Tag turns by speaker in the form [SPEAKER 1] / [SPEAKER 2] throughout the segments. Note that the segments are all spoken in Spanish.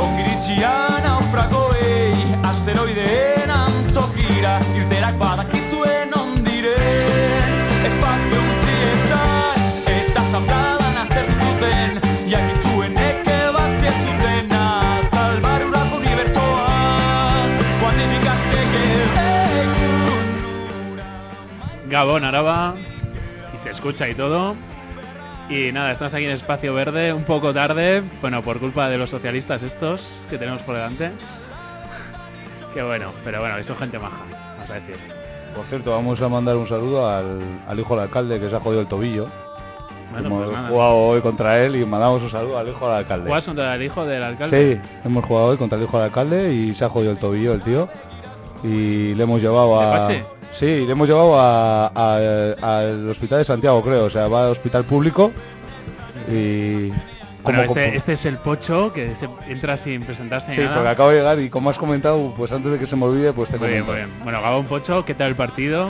[SPEAKER 1] Oniritzia naufragoei Asteroideen antokira Irterak badakizuen ondire Espazio utzietan Eta sabladan aztertu zuten Jakitxuenek ebatzien zuten Azalbar urak unibertsoan Kuantitik azteke
[SPEAKER 2] Gabón, Araba, y se escucha y todo. Y nada, estamos aquí en Espacio Verde, un poco tarde, bueno, por culpa de los socialistas estos que tenemos por delante. Que bueno, pero bueno, que son gente maja, vamos a decir.
[SPEAKER 3] Por cierto, vamos a mandar un saludo al, al hijo del alcalde que se ha jodido el tobillo.
[SPEAKER 2] Bueno,
[SPEAKER 3] Hemos
[SPEAKER 2] pues nada.
[SPEAKER 3] jugado hoy contra él y mandamos un saludo al hijo del alcalde.
[SPEAKER 2] ¿Juegas contra el hijo del alcalde?
[SPEAKER 3] Sí, hemos jugado hoy contra el hijo del alcalde y se ha jodido el tobillo el tío. Y le hemos llevado
[SPEAKER 2] ¿De
[SPEAKER 3] a...
[SPEAKER 2] Pache?
[SPEAKER 3] Sí, le hemos llevado a- a- al hospital de Santiago, creo. O sea, va al hospital público y...
[SPEAKER 2] Bueno,
[SPEAKER 3] como-
[SPEAKER 2] este,
[SPEAKER 3] como-
[SPEAKER 2] este es el pocho que se entra sin presentarse ni
[SPEAKER 3] Sí,
[SPEAKER 2] nada.
[SPEAKER 3] porque acabo de llegar y como has comentado, pues antes de que se me olvide, pues te
[SPEAKER 2] Muy bien,
[SPEAKER 3] comento.
[SPEAKER 2] muy bien. Bueno, Gabón Pocho, ¿qué tal el partido?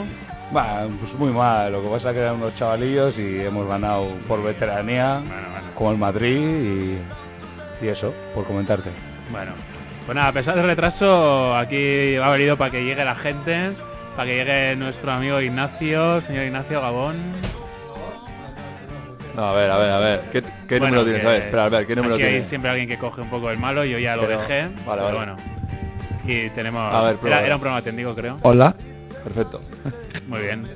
[SPEAKER 3] Bah, pues muy mal, lo que pasa es que eran unos chavalillos y hemos ganado por veteranía,
[SPEAKER 2] Bueno, bueno.
[SPEAKER 3] como el Madrid y, y eso, por comentarte.
[SPEAKER 2] Bueno, pues nada, a pesar del retraso, aquí ha venido para que llegue la gente, para que llegue nuestro amigo Ignacio, señor Ignacio Gabón.
[SPEAKER 4] No, a ver, a ver, a ver. ¿Qué, qué
[SPEAKER 2] Bueno,
[SPEAKER 4] número tienes?
[SPEAKER 2] que
[SPEAKER 4] A ver, espera, a ver, ¿qué número
[SPEAKER 2] aquí hay
[SPEAKER 4] tienes?
[SPEAKER 2] siempre alguien que coge un poco el malo, yo ya lo
[SPEAKER 4] Pero-
[SPEAKER 2] dejé,
[SPEAKER 4] vale,
[SPEAKER 2] pero
[SPEAKER 4] vale.
[SPEAKER 2] bueno. Y tenemos...
[SPEAKER 4] A ver,
[SPEAKER 2] era,
[SPEAKER 4] prueba.
[SPEAKER 2] era un programa técnico, creo.
[SPEAKER 3] Hola.
[SPEAKER 4] Perfecto.
[SPEAKER 2] Muy bien.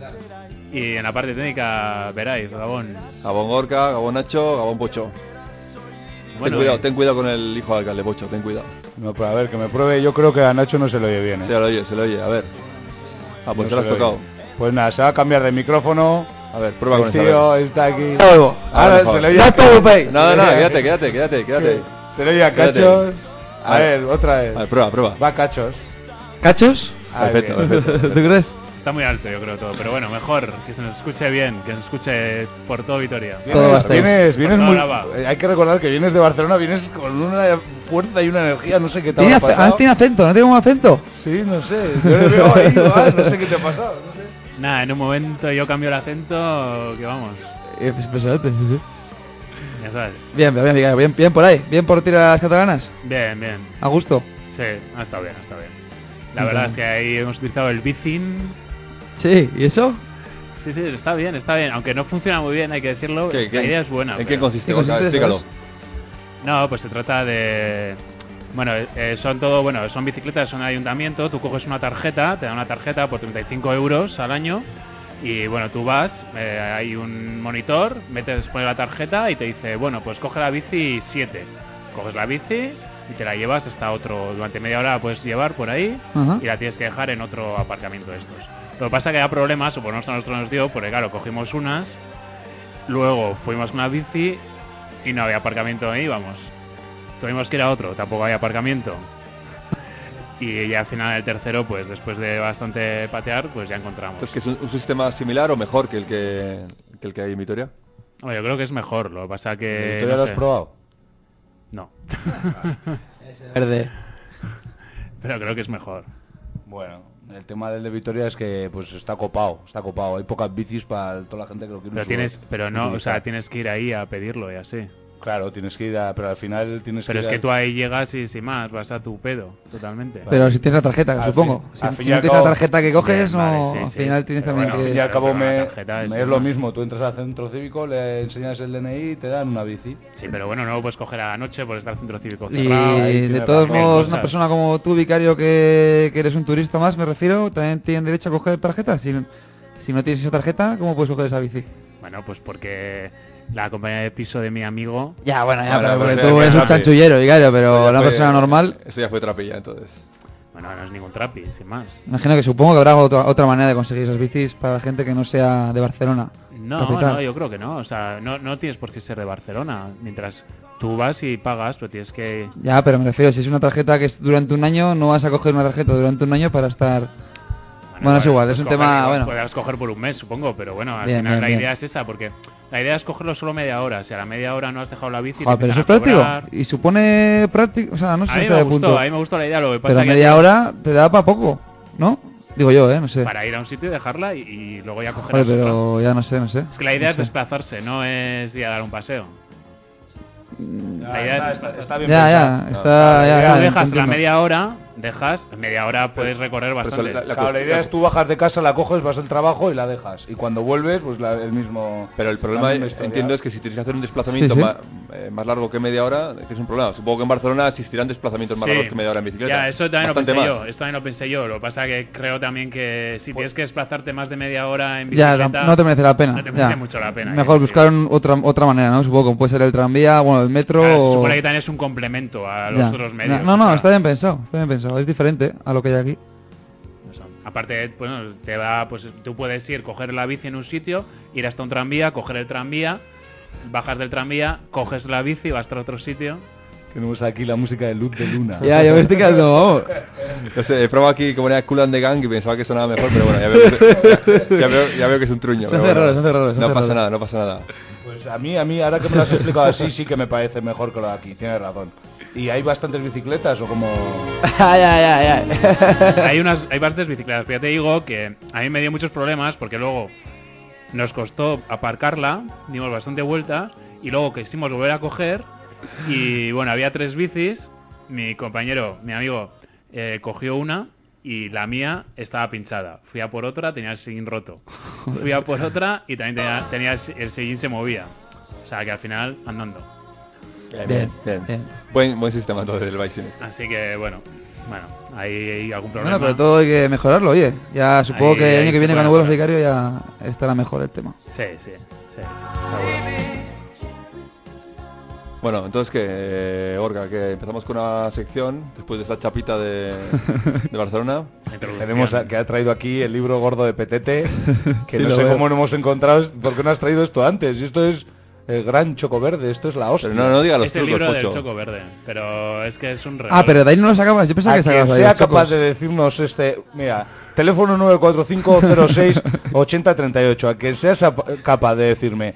[SPEAKER 2] Y en la parte técnica, veráis, Gabón.
[SPEAKER 4] Gabón Gorka, Gabón Nacho, Gabón Pocho. ten
[SPEAKER 2] Bueno,
[SPEAKER 4] cuidado,
[SPEAKER 2] eh,
[SPEAKER 4] ten cuidado con el hijo del alcalde, Pocho, ten cuidado.
[SPEAKER 3] No, pero a ver, que me pruebe, yo creo que a Nacho no se lo oye bien. ¿eh?
[SPEAKER 4] Se lo oye, se lo oye, a ver. Ah,
[SPEAKER 3] No se
[SPEAKER 4] pues te lo has
[SPEAKER 3] le oye.
[SPEAKER 4] tocado.
[SPEAKER 3] Pues nada, se va a cambiar de micrófono.
[SPEAKER 4] A ver, prueba con
[SPEAKER 3] el
[SPEAKER 4] esa, a
[SPEAKER 3] tío está aquí.
[SPEAKER 4] Ahora
[SPEAKER 3] Ahora
[SPEAKER 4] mejor.
[SPEAKER 3] se le oye.
[SPEAKER 4] No
[SPEAKER 3] a-
[SPEAKER 4] ver. No,
[SPEAKER 3] se
[SPEAKER 4] no,
[SPEAKER 3] le
[SPEAKER 4] no,
[SPEAKER 3] oye a-
[SPEAKER 4] quédate, quédate, quédate, quédate.
[SPEAKER 3] Se le oye a
[SPEAKER 4] Quédate.
[SPEAKER 3] cachos. A
[SPEAKER 4] Vale.
[SPEAKER 3] ver, otra vez.
[SPEAKER 4] A ver, prueba, prueba.
[SPEAKER 3] Va cachos.
[SPEAKER 5] ¿Cachos?
[SPEAKER 3] Ahí
[SPEAKER 4] Perfecto,
[SPEAKER 3] bien.
[SPEAKER 4] perfecto.
[SPEAKER 5] ¿Tú crees?
[SPEAKER 2] está muy alto yo creo todo, pero bueno, mejor que se nos escuche bien, que nos escuche por todo Vitoria.
[SPEAKER 3] Vienes-
[SPEAKER 5] Todo bastante.
[SPEAKER 3] Vienes, vienes
[SPEAKER 2] Por
[SPEAKER 3] muy,
[SPEAKER 2] toda la va.
[SPEAKER 3] eh, hay que recordar que vienes de Barcelona, vienes con una fuerza y una energía, no sé qué te
[SPEAKER 5] Tiene,
[SPEAKER 3] ha
[SPEAKER 5] ac-
[SPEAKER 3] pasado.
[SPEAKER 5] ah, tiene acento, ¿no tiene un acento?
[SPEAKER 3] Sí, no sé. Yo le veo ahí, igual, no sé qué te ha pasado. no sé.
[SPEAKER 2] Nada, en un momento yo cambio el acento, que vamos,
[SPEAKER 5] Es impresionante, sí, sí.
[SPEAKER 2] ya sabes.
[SPEAKER 5] Bien, bien, bien, bien, bien por ahí. Bien por tirar a las catalanas.
[SPEAKER 2] Bien, bien.
[SPEAKER 5] A gusto.
[SPEAKER 2] Sí, ha estado bien, ha estado bien. La verdad es que ahí hemos utilizado el bicin.
[SPEAKER 5] Sí, ¿y eso?
[SPEAKER 2] Sí, sí, está bien, está bien. Aunque no funciona muy bien, hay que decirlo.
[SPEAKER 4] ¿Qué- qué-
[SPEAKER 2] la idea es buena.
[SPEAKER 4] ¿En qué
[SPEAKER 2] pero-
[SPEAKER 4] consiste?
[SPEAKER 5] ¿Qué consiste
[SPEAKER 4] Gorka?
[SPEAKER 5] eso?
[SPEAKER 4] Explícalo.
[SPEAKER 2] No, pues se trata de... Bueno, eh, son todo, bueno, son bicicletas, son de ayuntamiento, tú coges una tarjeta, te dan una tarjeta por 35 euros al año y bueno, tú vas, eh, hay un monitor, metes, pones la tarjeta y te dice, bueno, pues coge la bici 7, coges la bici y te la llevas hasta otro, durante media hora la puedes llevar por ahí
[SPEAKER 5] Ajá.
[SPEAKER 2] y la tienes que dejar en otro aparcamiento de estos. Lo que pasa es que da problemas, o por lo menos a nosotros nos dio, porque claro, cogimos unas, luego fuimos con una bici y no había aparcamiento donde íbamos. Tuvimos que ir a otro, tampoco había aparcamiento. Y ya al final del tercero, pues después de bastante patear, pues ya encontramos.
[SPEAKER 4] Entonces, que es un, un sistema similar o mejor que el que, que el que hay en Vitoria?
[SPEAKER 2] Hombre, yo creo que es mejor, lo que pasa que...
[SPEAKER 3] ¿Tú ya
[SPEAKER 2] no
[SPEAKER 3] lo has
[SPEAKER 2] sé.
[SPEAKER 3] probado?
[SPEAKER 2] No,
[SPEAKER 5] Verde.
[SPEAKER 2] pero creo que es mejor.
[SPEAKER 3] Bueno, el tema del de Vitoria es que pues está copado, está copado. Hay pocas bicis para toda la gente que lo quiere
[SPEAKER 2] Pero
[SPEAKER 3] usar.
[SPEAKER 2] tienes, pero no, o sea,
[SPEAKER 3] utilizar.
[SPEAKER 2] tienes que ir ahí a pedirlo y así.
[SPEAKER 3] Claro, tienes que ir a... Pero al final tienes
[SPEAKER 2] Pero
[SPEAKER 3] que
[SPEAKER 2] es
[SPEAKER 3] ir
[SPEAKER 2] que
[SPEAKER 3] a-
[SPEAKER 2] tú ahí llegas y sin más, vas a tu pedo, totalmente.
[SPEAKER 5] Pero si tienes la tarjeta,
[SPEAKER 3] Al
[SPEAKER 5] supongo.
[SPEAKER 3] fin-
[SPEAKER 5] Si,
[SPEAKER 3] al
[SPEAKER 5] si
[SPEAKER 3] fin y
[SPEAKER 5] no
[SPEAKER 3] al
[SPEAKER 5] tienes la
[SPEAKER 3] cabo-
[SPEAKER 5] tarjeta que coges,
[SPEAKER 2] Bien, vale,
[SPEAKER 5] no,
[SPEAKER 2] sí,
[SPEAKER 5] al
[SPEAKER 2] sí.
[SPEAKER 5] final tienes
[SPEAKER 2] Pero
[SPEAKER 5] también
[SPEAKER 2] bueno,
[SPEAKER 3] Al
[SPEAKER 5] que...
[SPEAKER 3] fin y al cabo
[SPEAKER 2] Pero la
[SPEAKER 3] me,
[SPEAKER 2] tarjeta es
[SPEAKER 3] me es lo
[SPEAKER 2] más.
[SPEAKER 3] mismo. Tú entras al centro cívico, le enseñas el DNI y te dan una bici.
[SPEAKER 2] Sí, pero bueno, no lo puedes coger a la noche por estar el centro cívico
[SPEAKER 5] Y
[SPEAKER 2] cerrado.
[SPEAKER 3] ahí tiene
[SPEAKER 5] de todos
[SPEAKER 2] razón.
[SPEAKER 5] modos,
[SPEAKER 2] Cosas.
[SPEAKER 5] una persona como tú, vicario, que, que eres un turista más, me refiero, también tienen derecho a coger tarjeta. Si, si no tienes esa tarjeta, ¿cómo puedes coger esa bici?
[SPEAKER 2] Bueno, pues porque la compañía de piso de mi amigo.
[SPEAKER 5] Ya, bueno, ya,
[SPEAKER 4] Bueno,
[SPEAKER 5] pero
[SPEAKER 4] pues
[SPEAKER 5] porque
[SPEAKER 4] ya
[SPEAKER 5] tú
[SPEAKER 4] que
[SPEAKER 5] eres un
[SPEAKER 4] Rappi.
[SPEAKER 5] chanchullero, Igario, pero
[SPEAKER 4] ya
[SPEAKER 5] una
[SPEAKER 4] fue-
[SPEAKER 5] persona normal,
[SPEAKER 4] Eso ya fue trapilla, entonces.
[SPEAKER 2] Bueno, no es ningún trapi, sin más.
[SPEAKER 5] imagino que supongo que habrá otra, otra manera de conseguir esas bicis para la gente que no sea de Barcelona.
[SPEAKER 2] No,
[SPEAKER 5] capital.
[SPEAKER 2] no, yo creo que no. O sea, no, no tienes por qué ser de Barcelona. Mientras tú vas y pagas, pero tienes que...
[SPEAKER 5] Ya, pero me refiero, si es una tarjeta que es durante un año, no vas a coger una tarjeta durante un año para estar... Bueno, es
[SPEAKER 2] vale,
[SPEAKER 5] igual,
[SPEAKER 2] pues
[SPEAKER 5] es un
[SPEAKER 2] coger-
[SPEAKER 5] tema,
[SPEAKER 2] igual
[SPEAKER 5] bueno.
[SPEAKER 2] Podrás coger por un mes, supongo, pero bueno, al
[SPEAKER 5] Bien,
[SPEAKER 2] final
[SPEAKER 5] bien,
[SPEAKER 2] la
[SPEAKER 5] bien.
[SPEAKER 2] idea es esa, porque la idea es cogerlo solo media hora. Si a la media hora no has dejado la bici, te
[SPEAKER 5] Joder, pero eso es
[SPEAKER 2] empiezan
[SPEAKER 5] práctico.
[SPEAKER 2] a cobrar.
[SPEAKER 5] Y supone práctico, o sea, no sé
[SPEAKER 2] A
[SPEAKER 5] si
[SPEAKER 2] mí
[SPEAKER 5] está
[SPEAKER 2] me
[SPEAKER 5] de
[SPEAKER 2] gustó,
[SPEAKER 5] punto.
[SPEAKER 2] a mí me gustó la idea, lo que pasa
[SPEAKER 5] Pero
[SPEAKER 2] que
[SPEAKER 5] media hora te da para poco, ¿no? Digo yo, ¿eh? No sé.
[SPEAKER 2] para ir a un sitio y dejarla y, y luego ya coger
[SPEAKER 5] Joder,
[SPEAKER 2] otra.
[SPEAKER 5] pero ya no sé, no sé.
[SPEAKER 2] Es que la idea
[SPEAKER 5] No
[SPEAKER 2] es
[SPEAKER 5] sé.
[SPEAKER 2] desplazarse, no es ir a dar un paseo.
[SPEAKER 4] Mm.
[SPEAKER 2] La idea
[SPEAKER 3] está,
[SPEAKER 2] es-
[SPEAKER 3] está- está bien
[SPEAKER 5] Ya,
[SPEAKER 3] pensado.
[SPEAKER 5] ya, está... ya,
[SPEAKER 2] Tú
[SPEAKER 5] ya,
[SPEAKER 2] dejas la
[SPEAKER 5] entiendo.
[SPEAKER 2] media hora, dejas, media hora puedes recorrer bastante.
[SPEAKER 4] la- la-
[SPEAKER 3] Claro, la idea es tú bajas de casa, la coges, vas al trabajo y la dejas. Y cuando vuelves, pues la- el mismo...
[SPEAKER 4] Pero el
[SPEAKER 3] la
[SPEAKER 4] problema,
[SPEAKER 3] misma historia.
[SPEAKER 4] entiendo, es que si tienes que hacer un desplazamiento
[SPEAKER 5] Sí, sí.
[SPEAKER 4] ma- eh, más largo que media hora, es un problema. Supongo que en Barcelona existirán desplazamientos más
[SPEAKER 2] Sí.
[SPEAKER 4] largos que media hora en bicicleta.
[SPEAKER 2] Ya, eso también
[SPEAKER 4] Bastante
[SPEAKER 2] lo pensé
[SPEAKER 4] más.
[SPEAKER 2] yo, eso también lo pensé yo. Lo que pasa que creo también que si tienes que desplazarte más de media hora en
[SPEAKER 5] Pues Ya,
[SPEAKER 2] bicicleta...
[SPEAKER 5] tam- no te merece la pena.
[SPEAKER 2] no te merece
[SPEAKER 5] ya.
[SPEAKER 2] mucho la pena, ¿eh?
[SPEAKER 5] Mejor
[SPEAKER 2] quiero decir.
[SPEAKER 5] buscar un- otra, otra manera, ¿no? Supongo que puede ser el tranvía, bueno, el metro
[SPEAKER 2] Claro, se
[SPEAKER 5] o...
[SPEAKER 2] supone que también es un complemento a los
[SPEAKER 5] Ya.
[SPEAKER 2] otros medios.
[SPEAKER 5] No, no,
[SPEAKER 2] o sea,
[SPEAKER 5] está bien pensado, está bien pensado. Es diferente a lo que hay aquí.
[SPEAKER 2] o sea, aparte, bueno, te va, pues tú puedes ir, coger la bici en un sitio, ir hasta un tranvía, coger el tranvía, bajas del tranvía, coges la bici, vas hasta otro sitio.
[SPEAKER 3] Tenemos aquí la música de Luz de Luna.
[SPEAKER 5] Ya, ya me estoy quedando, vamos.
[SPEAKER 4] No sé, he probado eh, aquí que ponía Cool and the Gang y pensaba que sonaba mejor, pero bueno, ya veo, que- ya veo- ya veo que es un truño. pero
[SPEAKER 5] Son
[SPEAKER 4] bueno,
[SPEAKER 5] errores, son errores, son
[SPEAKER 4] No pasa
[SPEAKER 5] errores.
[SPEAKER 4] nada, no pasa nada.
[SPEAKER 3] Pues a mí, a mí, ahora que me lo has explicado así, sí que me parece mejor que lo de aquí, tienes razón. Y hay bastantes bicicletas o como...
[SPEAKER 5] Ay, ay, ay, ay.
[SPEAKER 2] hay unas hay bastantes bicicletas pero ya te digo que a mí me dio muchos problemas porque luego nos costó aparcarla dimos bastante vueltas y luego quisimos volver a coger y bueno había tres bicis mi compañero mi amigo eh, cogió una y la mía estaba pinchada fui a por otra tenía el sillín roto fui a por otra y también tenía, tenía el si- el sillín se movía o sea que al final andando
[SPEAKER 5] Bien, bien.
[SPEAKER 4] Buen, buen sistema entonces el Bison.
[SPEAKER 2] así que bueno bueno ahí hay algún problema
[SPEAKER 5] Bueno, pero todo hay que mejorarlo, oye. Ya supongo
[SPEAKER 2] Ahí-
[SPEAKER 5] que el
[SPEAKER 2] ahí
[SPEAKER 5] año que
[SPEAKER 2] se
[SPEAKER 5] viene
[SPEAKER 2] puede
[SPEAKER 5] cuando vuelvas
[SPEAKER 2] mejorar.
[SPEAKER 5] vicario ya estará mejor el tema.
[SPEAKER 2] sí sí, sí, sí, está bueno.
[SPEAKER 4] Bueno, entonces que, Orga, que empezamos con una sección después de esa chapita de, de Barcelona.
[SPEAKER 2] La introducción.
[SPEAKER 3] Tenemos a- que ha traído aquí el libro gordo de Petete, que
[SPEAKER 5] Sí,
[SPEAKER 3] no
[SPEAKER 5] lo
[SPEAKER 3] sé
[SPEAKER 5] veo.
[SPEAKER 3] cómo no hemos encontrado, es- ¿por qué no has traído esto antes? Y esto es el gran choco verde, esto es la hostia.
[SPEAKER 4] Pero no, no diga los
[SPEAKER 2] es el
[SPEAKER 4] trucos,
[SPEAKER 2] Este libro del
[SPEAKER 4] Pocho.
[SPEAKER 2] choco verde, pero es que es un regalo.
[SPEAKER 5] Ah, pero de ahí no lo sacabas. Yo pensaba
[SPEAKER 3] A
[SPEAKER 5] que
[SPEAKER 3] quien
[SPEAKER 5] sacabas ahí
[SPEAKER 3] sea
[SPEAKER 5] los chocos.
[SPEAKER 3] capaz de decirnos este, mira, teléfono 945-06-8038, a quien sea sap- capaz de decirme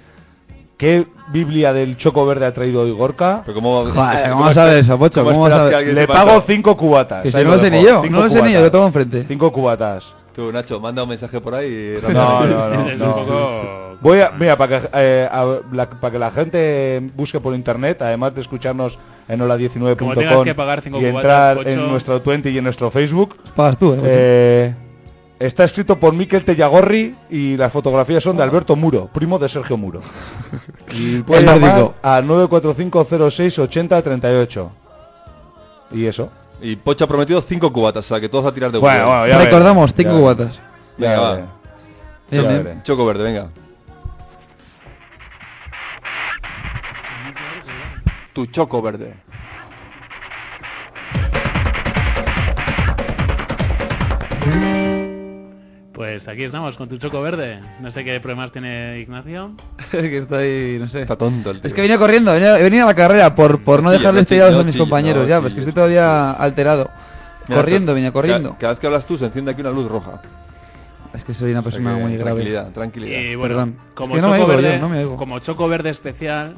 [SPEAKER 3] qué Biblia del Choco Verde ha traído hoy Gorka,
[SPEAKER 4] Pero cómo,
[SPEAKER 5] Joder, ¿cómo vas a ver eso, Pocho? ¿Cómo vas
[SPEAKER 4] esperas
[SPEAKER 5] a
[SPEAKER 4] que
[SPEAKER 5] ver?
[SPEAKER 4] alguien
[SPEAKER 3] le
[SPEAKER 4] sepa
[SPEAKER 3] pago
[SPEAKER 4] eso?
[SPEAKER 3] cinco cubatas.
[SPEAKER 5] Que si
[SPEAKER 3] ahí
[SPEAKER 5] no lo
[SPEAKER 3] lo
[SPEAKER 5] sé ni
[SPEAKER 3] dejo,
[SPEAKER 5] yo,
[SPEAKER 3] cinco
[SPEAKER 5] no lo sé ni yo,
[SPEAKER 3] cubatas.
[SPEAKER 5] lo tengo enfrente.
[SPEAKER 3] Cinco cubatas.
[SPEAKER 4] Tú, Nacho, manda un mensaje por ahí. y-
[SPEAKER 3] No, no, no,
[SPEAKER 2] es
[SPEAKER 3] no.
[SPEAKER 2] un poco...
[SPEAKER 3] Voy a, mira, para que, eh, a- la- para que la gente busque por internet, además de escucharnos en
[SPEAKER 2] Como tengas
[SPEAKER 3] hola19.com
[SPEAKER 2] que pagar cinco
[SPEAKER 3] y
[SPEAKER 2] cubatas,
[SPEAKER 3] entrar
[SPEAKER 2] ocho.
[SPEAKER 3] en nuestro 20 y en nuestro Facebook,
[SPEAKER 5] Pagas tú, eh.
[SPEAKER 3] eh, está escrito por Miquel Tellagorri y las fotografías son de Alberto Muro, primo de Sergio Muro.
[SPEAKER 5] Pues,
[SPEAKER 3] Y puedes
[SPEAKER 5] nórdico.
[SPEAKER 3] llamar a 945068038. Y eso.
[SPEAKER 4] Y Pocho ha prometido cinco cubatas, o sea que todos a tirar de
[SPEAKER 3] Bueno,
[SPEAKER 4] huevo.
[SPEAKER 3] bueno, ya veré.
[SPEAKER 5] Recordamos, cinco
[SPEAKER 3] Ya veré.
[SPEAKER 5] guatas.
[SPEAKER 3] Ya
[SPEAKER 4] Venga, va.
[SPEAKER 3] veré.
[SPEAKER 5] Bien,
[SPEAKER 3] Ya
[SPEAKER 5] bien.
[SPEAKER 3] veré.
[SPEAKER 4] Choco verde, venga.
[SPEAKER 6] Tu choco verde.
[SPEAKER 2] Pues aquí estamos con tu choco verde. No sé qué problemas tiene Ignacio.
[SPEAKER 5] que estoy, no sé.
[SPEAKER 4] Está tonto el tío.
[SPEAKER 5] Es que venía corriendo, venía- he venido a la carrera por, por no
[SPEAKER 4] Chilla,
[SPEAKER 5] dejar
[SPEAKER 4] no
[SPEAKER 5] despedidos
[SPEAKER 4] chilla,
[SPEAKER 5] a mis
[SPEAKER 4] no
[SPEAKER 5] compañeros,
[SPEAKER 4] chilla,
[SPEAKER 5] ya,
[SPEAKER 4] no
[SPEAKER 5] pues que
[SPEAKER 4] chilles.
[SPEAKER 5] estoy todavía alterado.
[SPEAKER 4] Mira,
[SPEAKER 5] corriendo,
[SPEAKER 4] Nacho,
[SPEAKER 5] venía
[SPEAKER 4] ca-
[SPEAKER 5] corriendo.
[SPEAKER 4] Cada vez que hablas tú se enciende aquí una luz roja.
[SPEAKER 5] Es que soy una
[SPEAKER 4] O sea
[SPEAKER 5] persona
[SPEAKER 4] que
[SPEAKER 5] muy grave.
[SPEAKER 4] Tranquilidad, tranquilidad.
[SPEAKER 2] Y bueno,
[SPEAKER 5] Perdón.
[SPEAKER 2] como,
[SPEAKER 5] Es que no me
[SPEAKER 2] choco
[SPEAKER 5] oigo yo,
[SPEAKER 2] verde,
[SPEAKER 5] no me oigo.
[SPEAKER 2] como choco verde especial,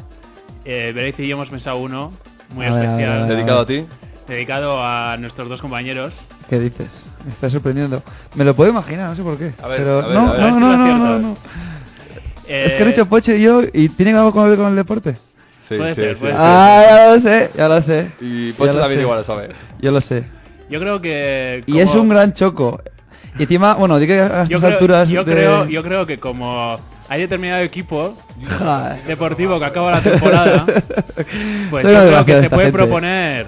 [SPEAKER 2] eh, Bereiz y yo hemos pensado uno muy
[SPEAKER 5] A ver, a ver,
[SPEAKER 2] especial,
[SPEAKER 5] a ver.
[SPEAKER 4] Dedicado a ti.
[SPEAKER 2] dedicado a nuestros dos compañeros.
[SPEAKER 5] ¿Qué dices? Me está sorprendiendo. Me lo puedo imaginar, no sé por qué.
[SPEAKER 4] A ver,
[SPEAKER 5] pero
[SPEAKER 4] a ver,
[SPEAKER 5] no,
[SPEAKER 4] a ver,
[SPEAKER 5] no,
[SPEAKER 4] a ver
[SPEAKER 2] si
[SPEAKER 5] no,
[SPEAKER 2] lo
[SPEAKER 5] no, no,
[SPEAKER 2] aciertas.
[SPEAKER 5] no.
[SPEAKER 2] Eh,
[SPEAKER 5] Es que lo he hecho Pocho y yo y tiene algo que ver con el deporte.
[SPEAKER 4] Sí,
[SPEAKER 2] Puede
[SPEAKER 4] sí,
[SPEAKER 2] ser,
[SPEAKER 4] sí,
[SPEAKER 2] puede ser.
[SPEAKER 4] sí.
[SPEAKER 5] Ah, ya lo sé, ya lo sé.
[SPEAKER 4] Y
[SPEAKER 5] Ya
[SPEAKER 4] Pocho
[SPEAKER 5] lo
[SPEAKER 4] también
[SPEAKER 5] sé.
[SPEAKER 4] igual lo sabe.
[SPEAKER 5] Yo lo sé.
[SPEAKER 2] Yo creo que...
[SPEAKER 5] Y es
[SPEAKER 2] como-
[SPEAKER 5] un gran choco. Y encima, bueno, di que a
[SPEAKER 2] yo
[SPEAKER 5] estas
[SPEAKER 2] creo-
[SPEAKER 5] alturas
[SPEAKER 2] yo,
[SPEAKER 5] de-
[SPEAKER 2] creo, yo creo que como hay determinado equipo
[SPEAKER 5] Ja,
[SPEAKER 2] deportivo que acaba la temporada, pues
[SPEAKER 5] Soy
[SPEAKER 2] yo creo que
[SPEAKER 5] una desgraciada
[SPEAKER 2] se
[SPEAKER 5] esta
[SPEAKER 2] puede
[SPEAKER 5] gente.
[SPEAKER 2] proponer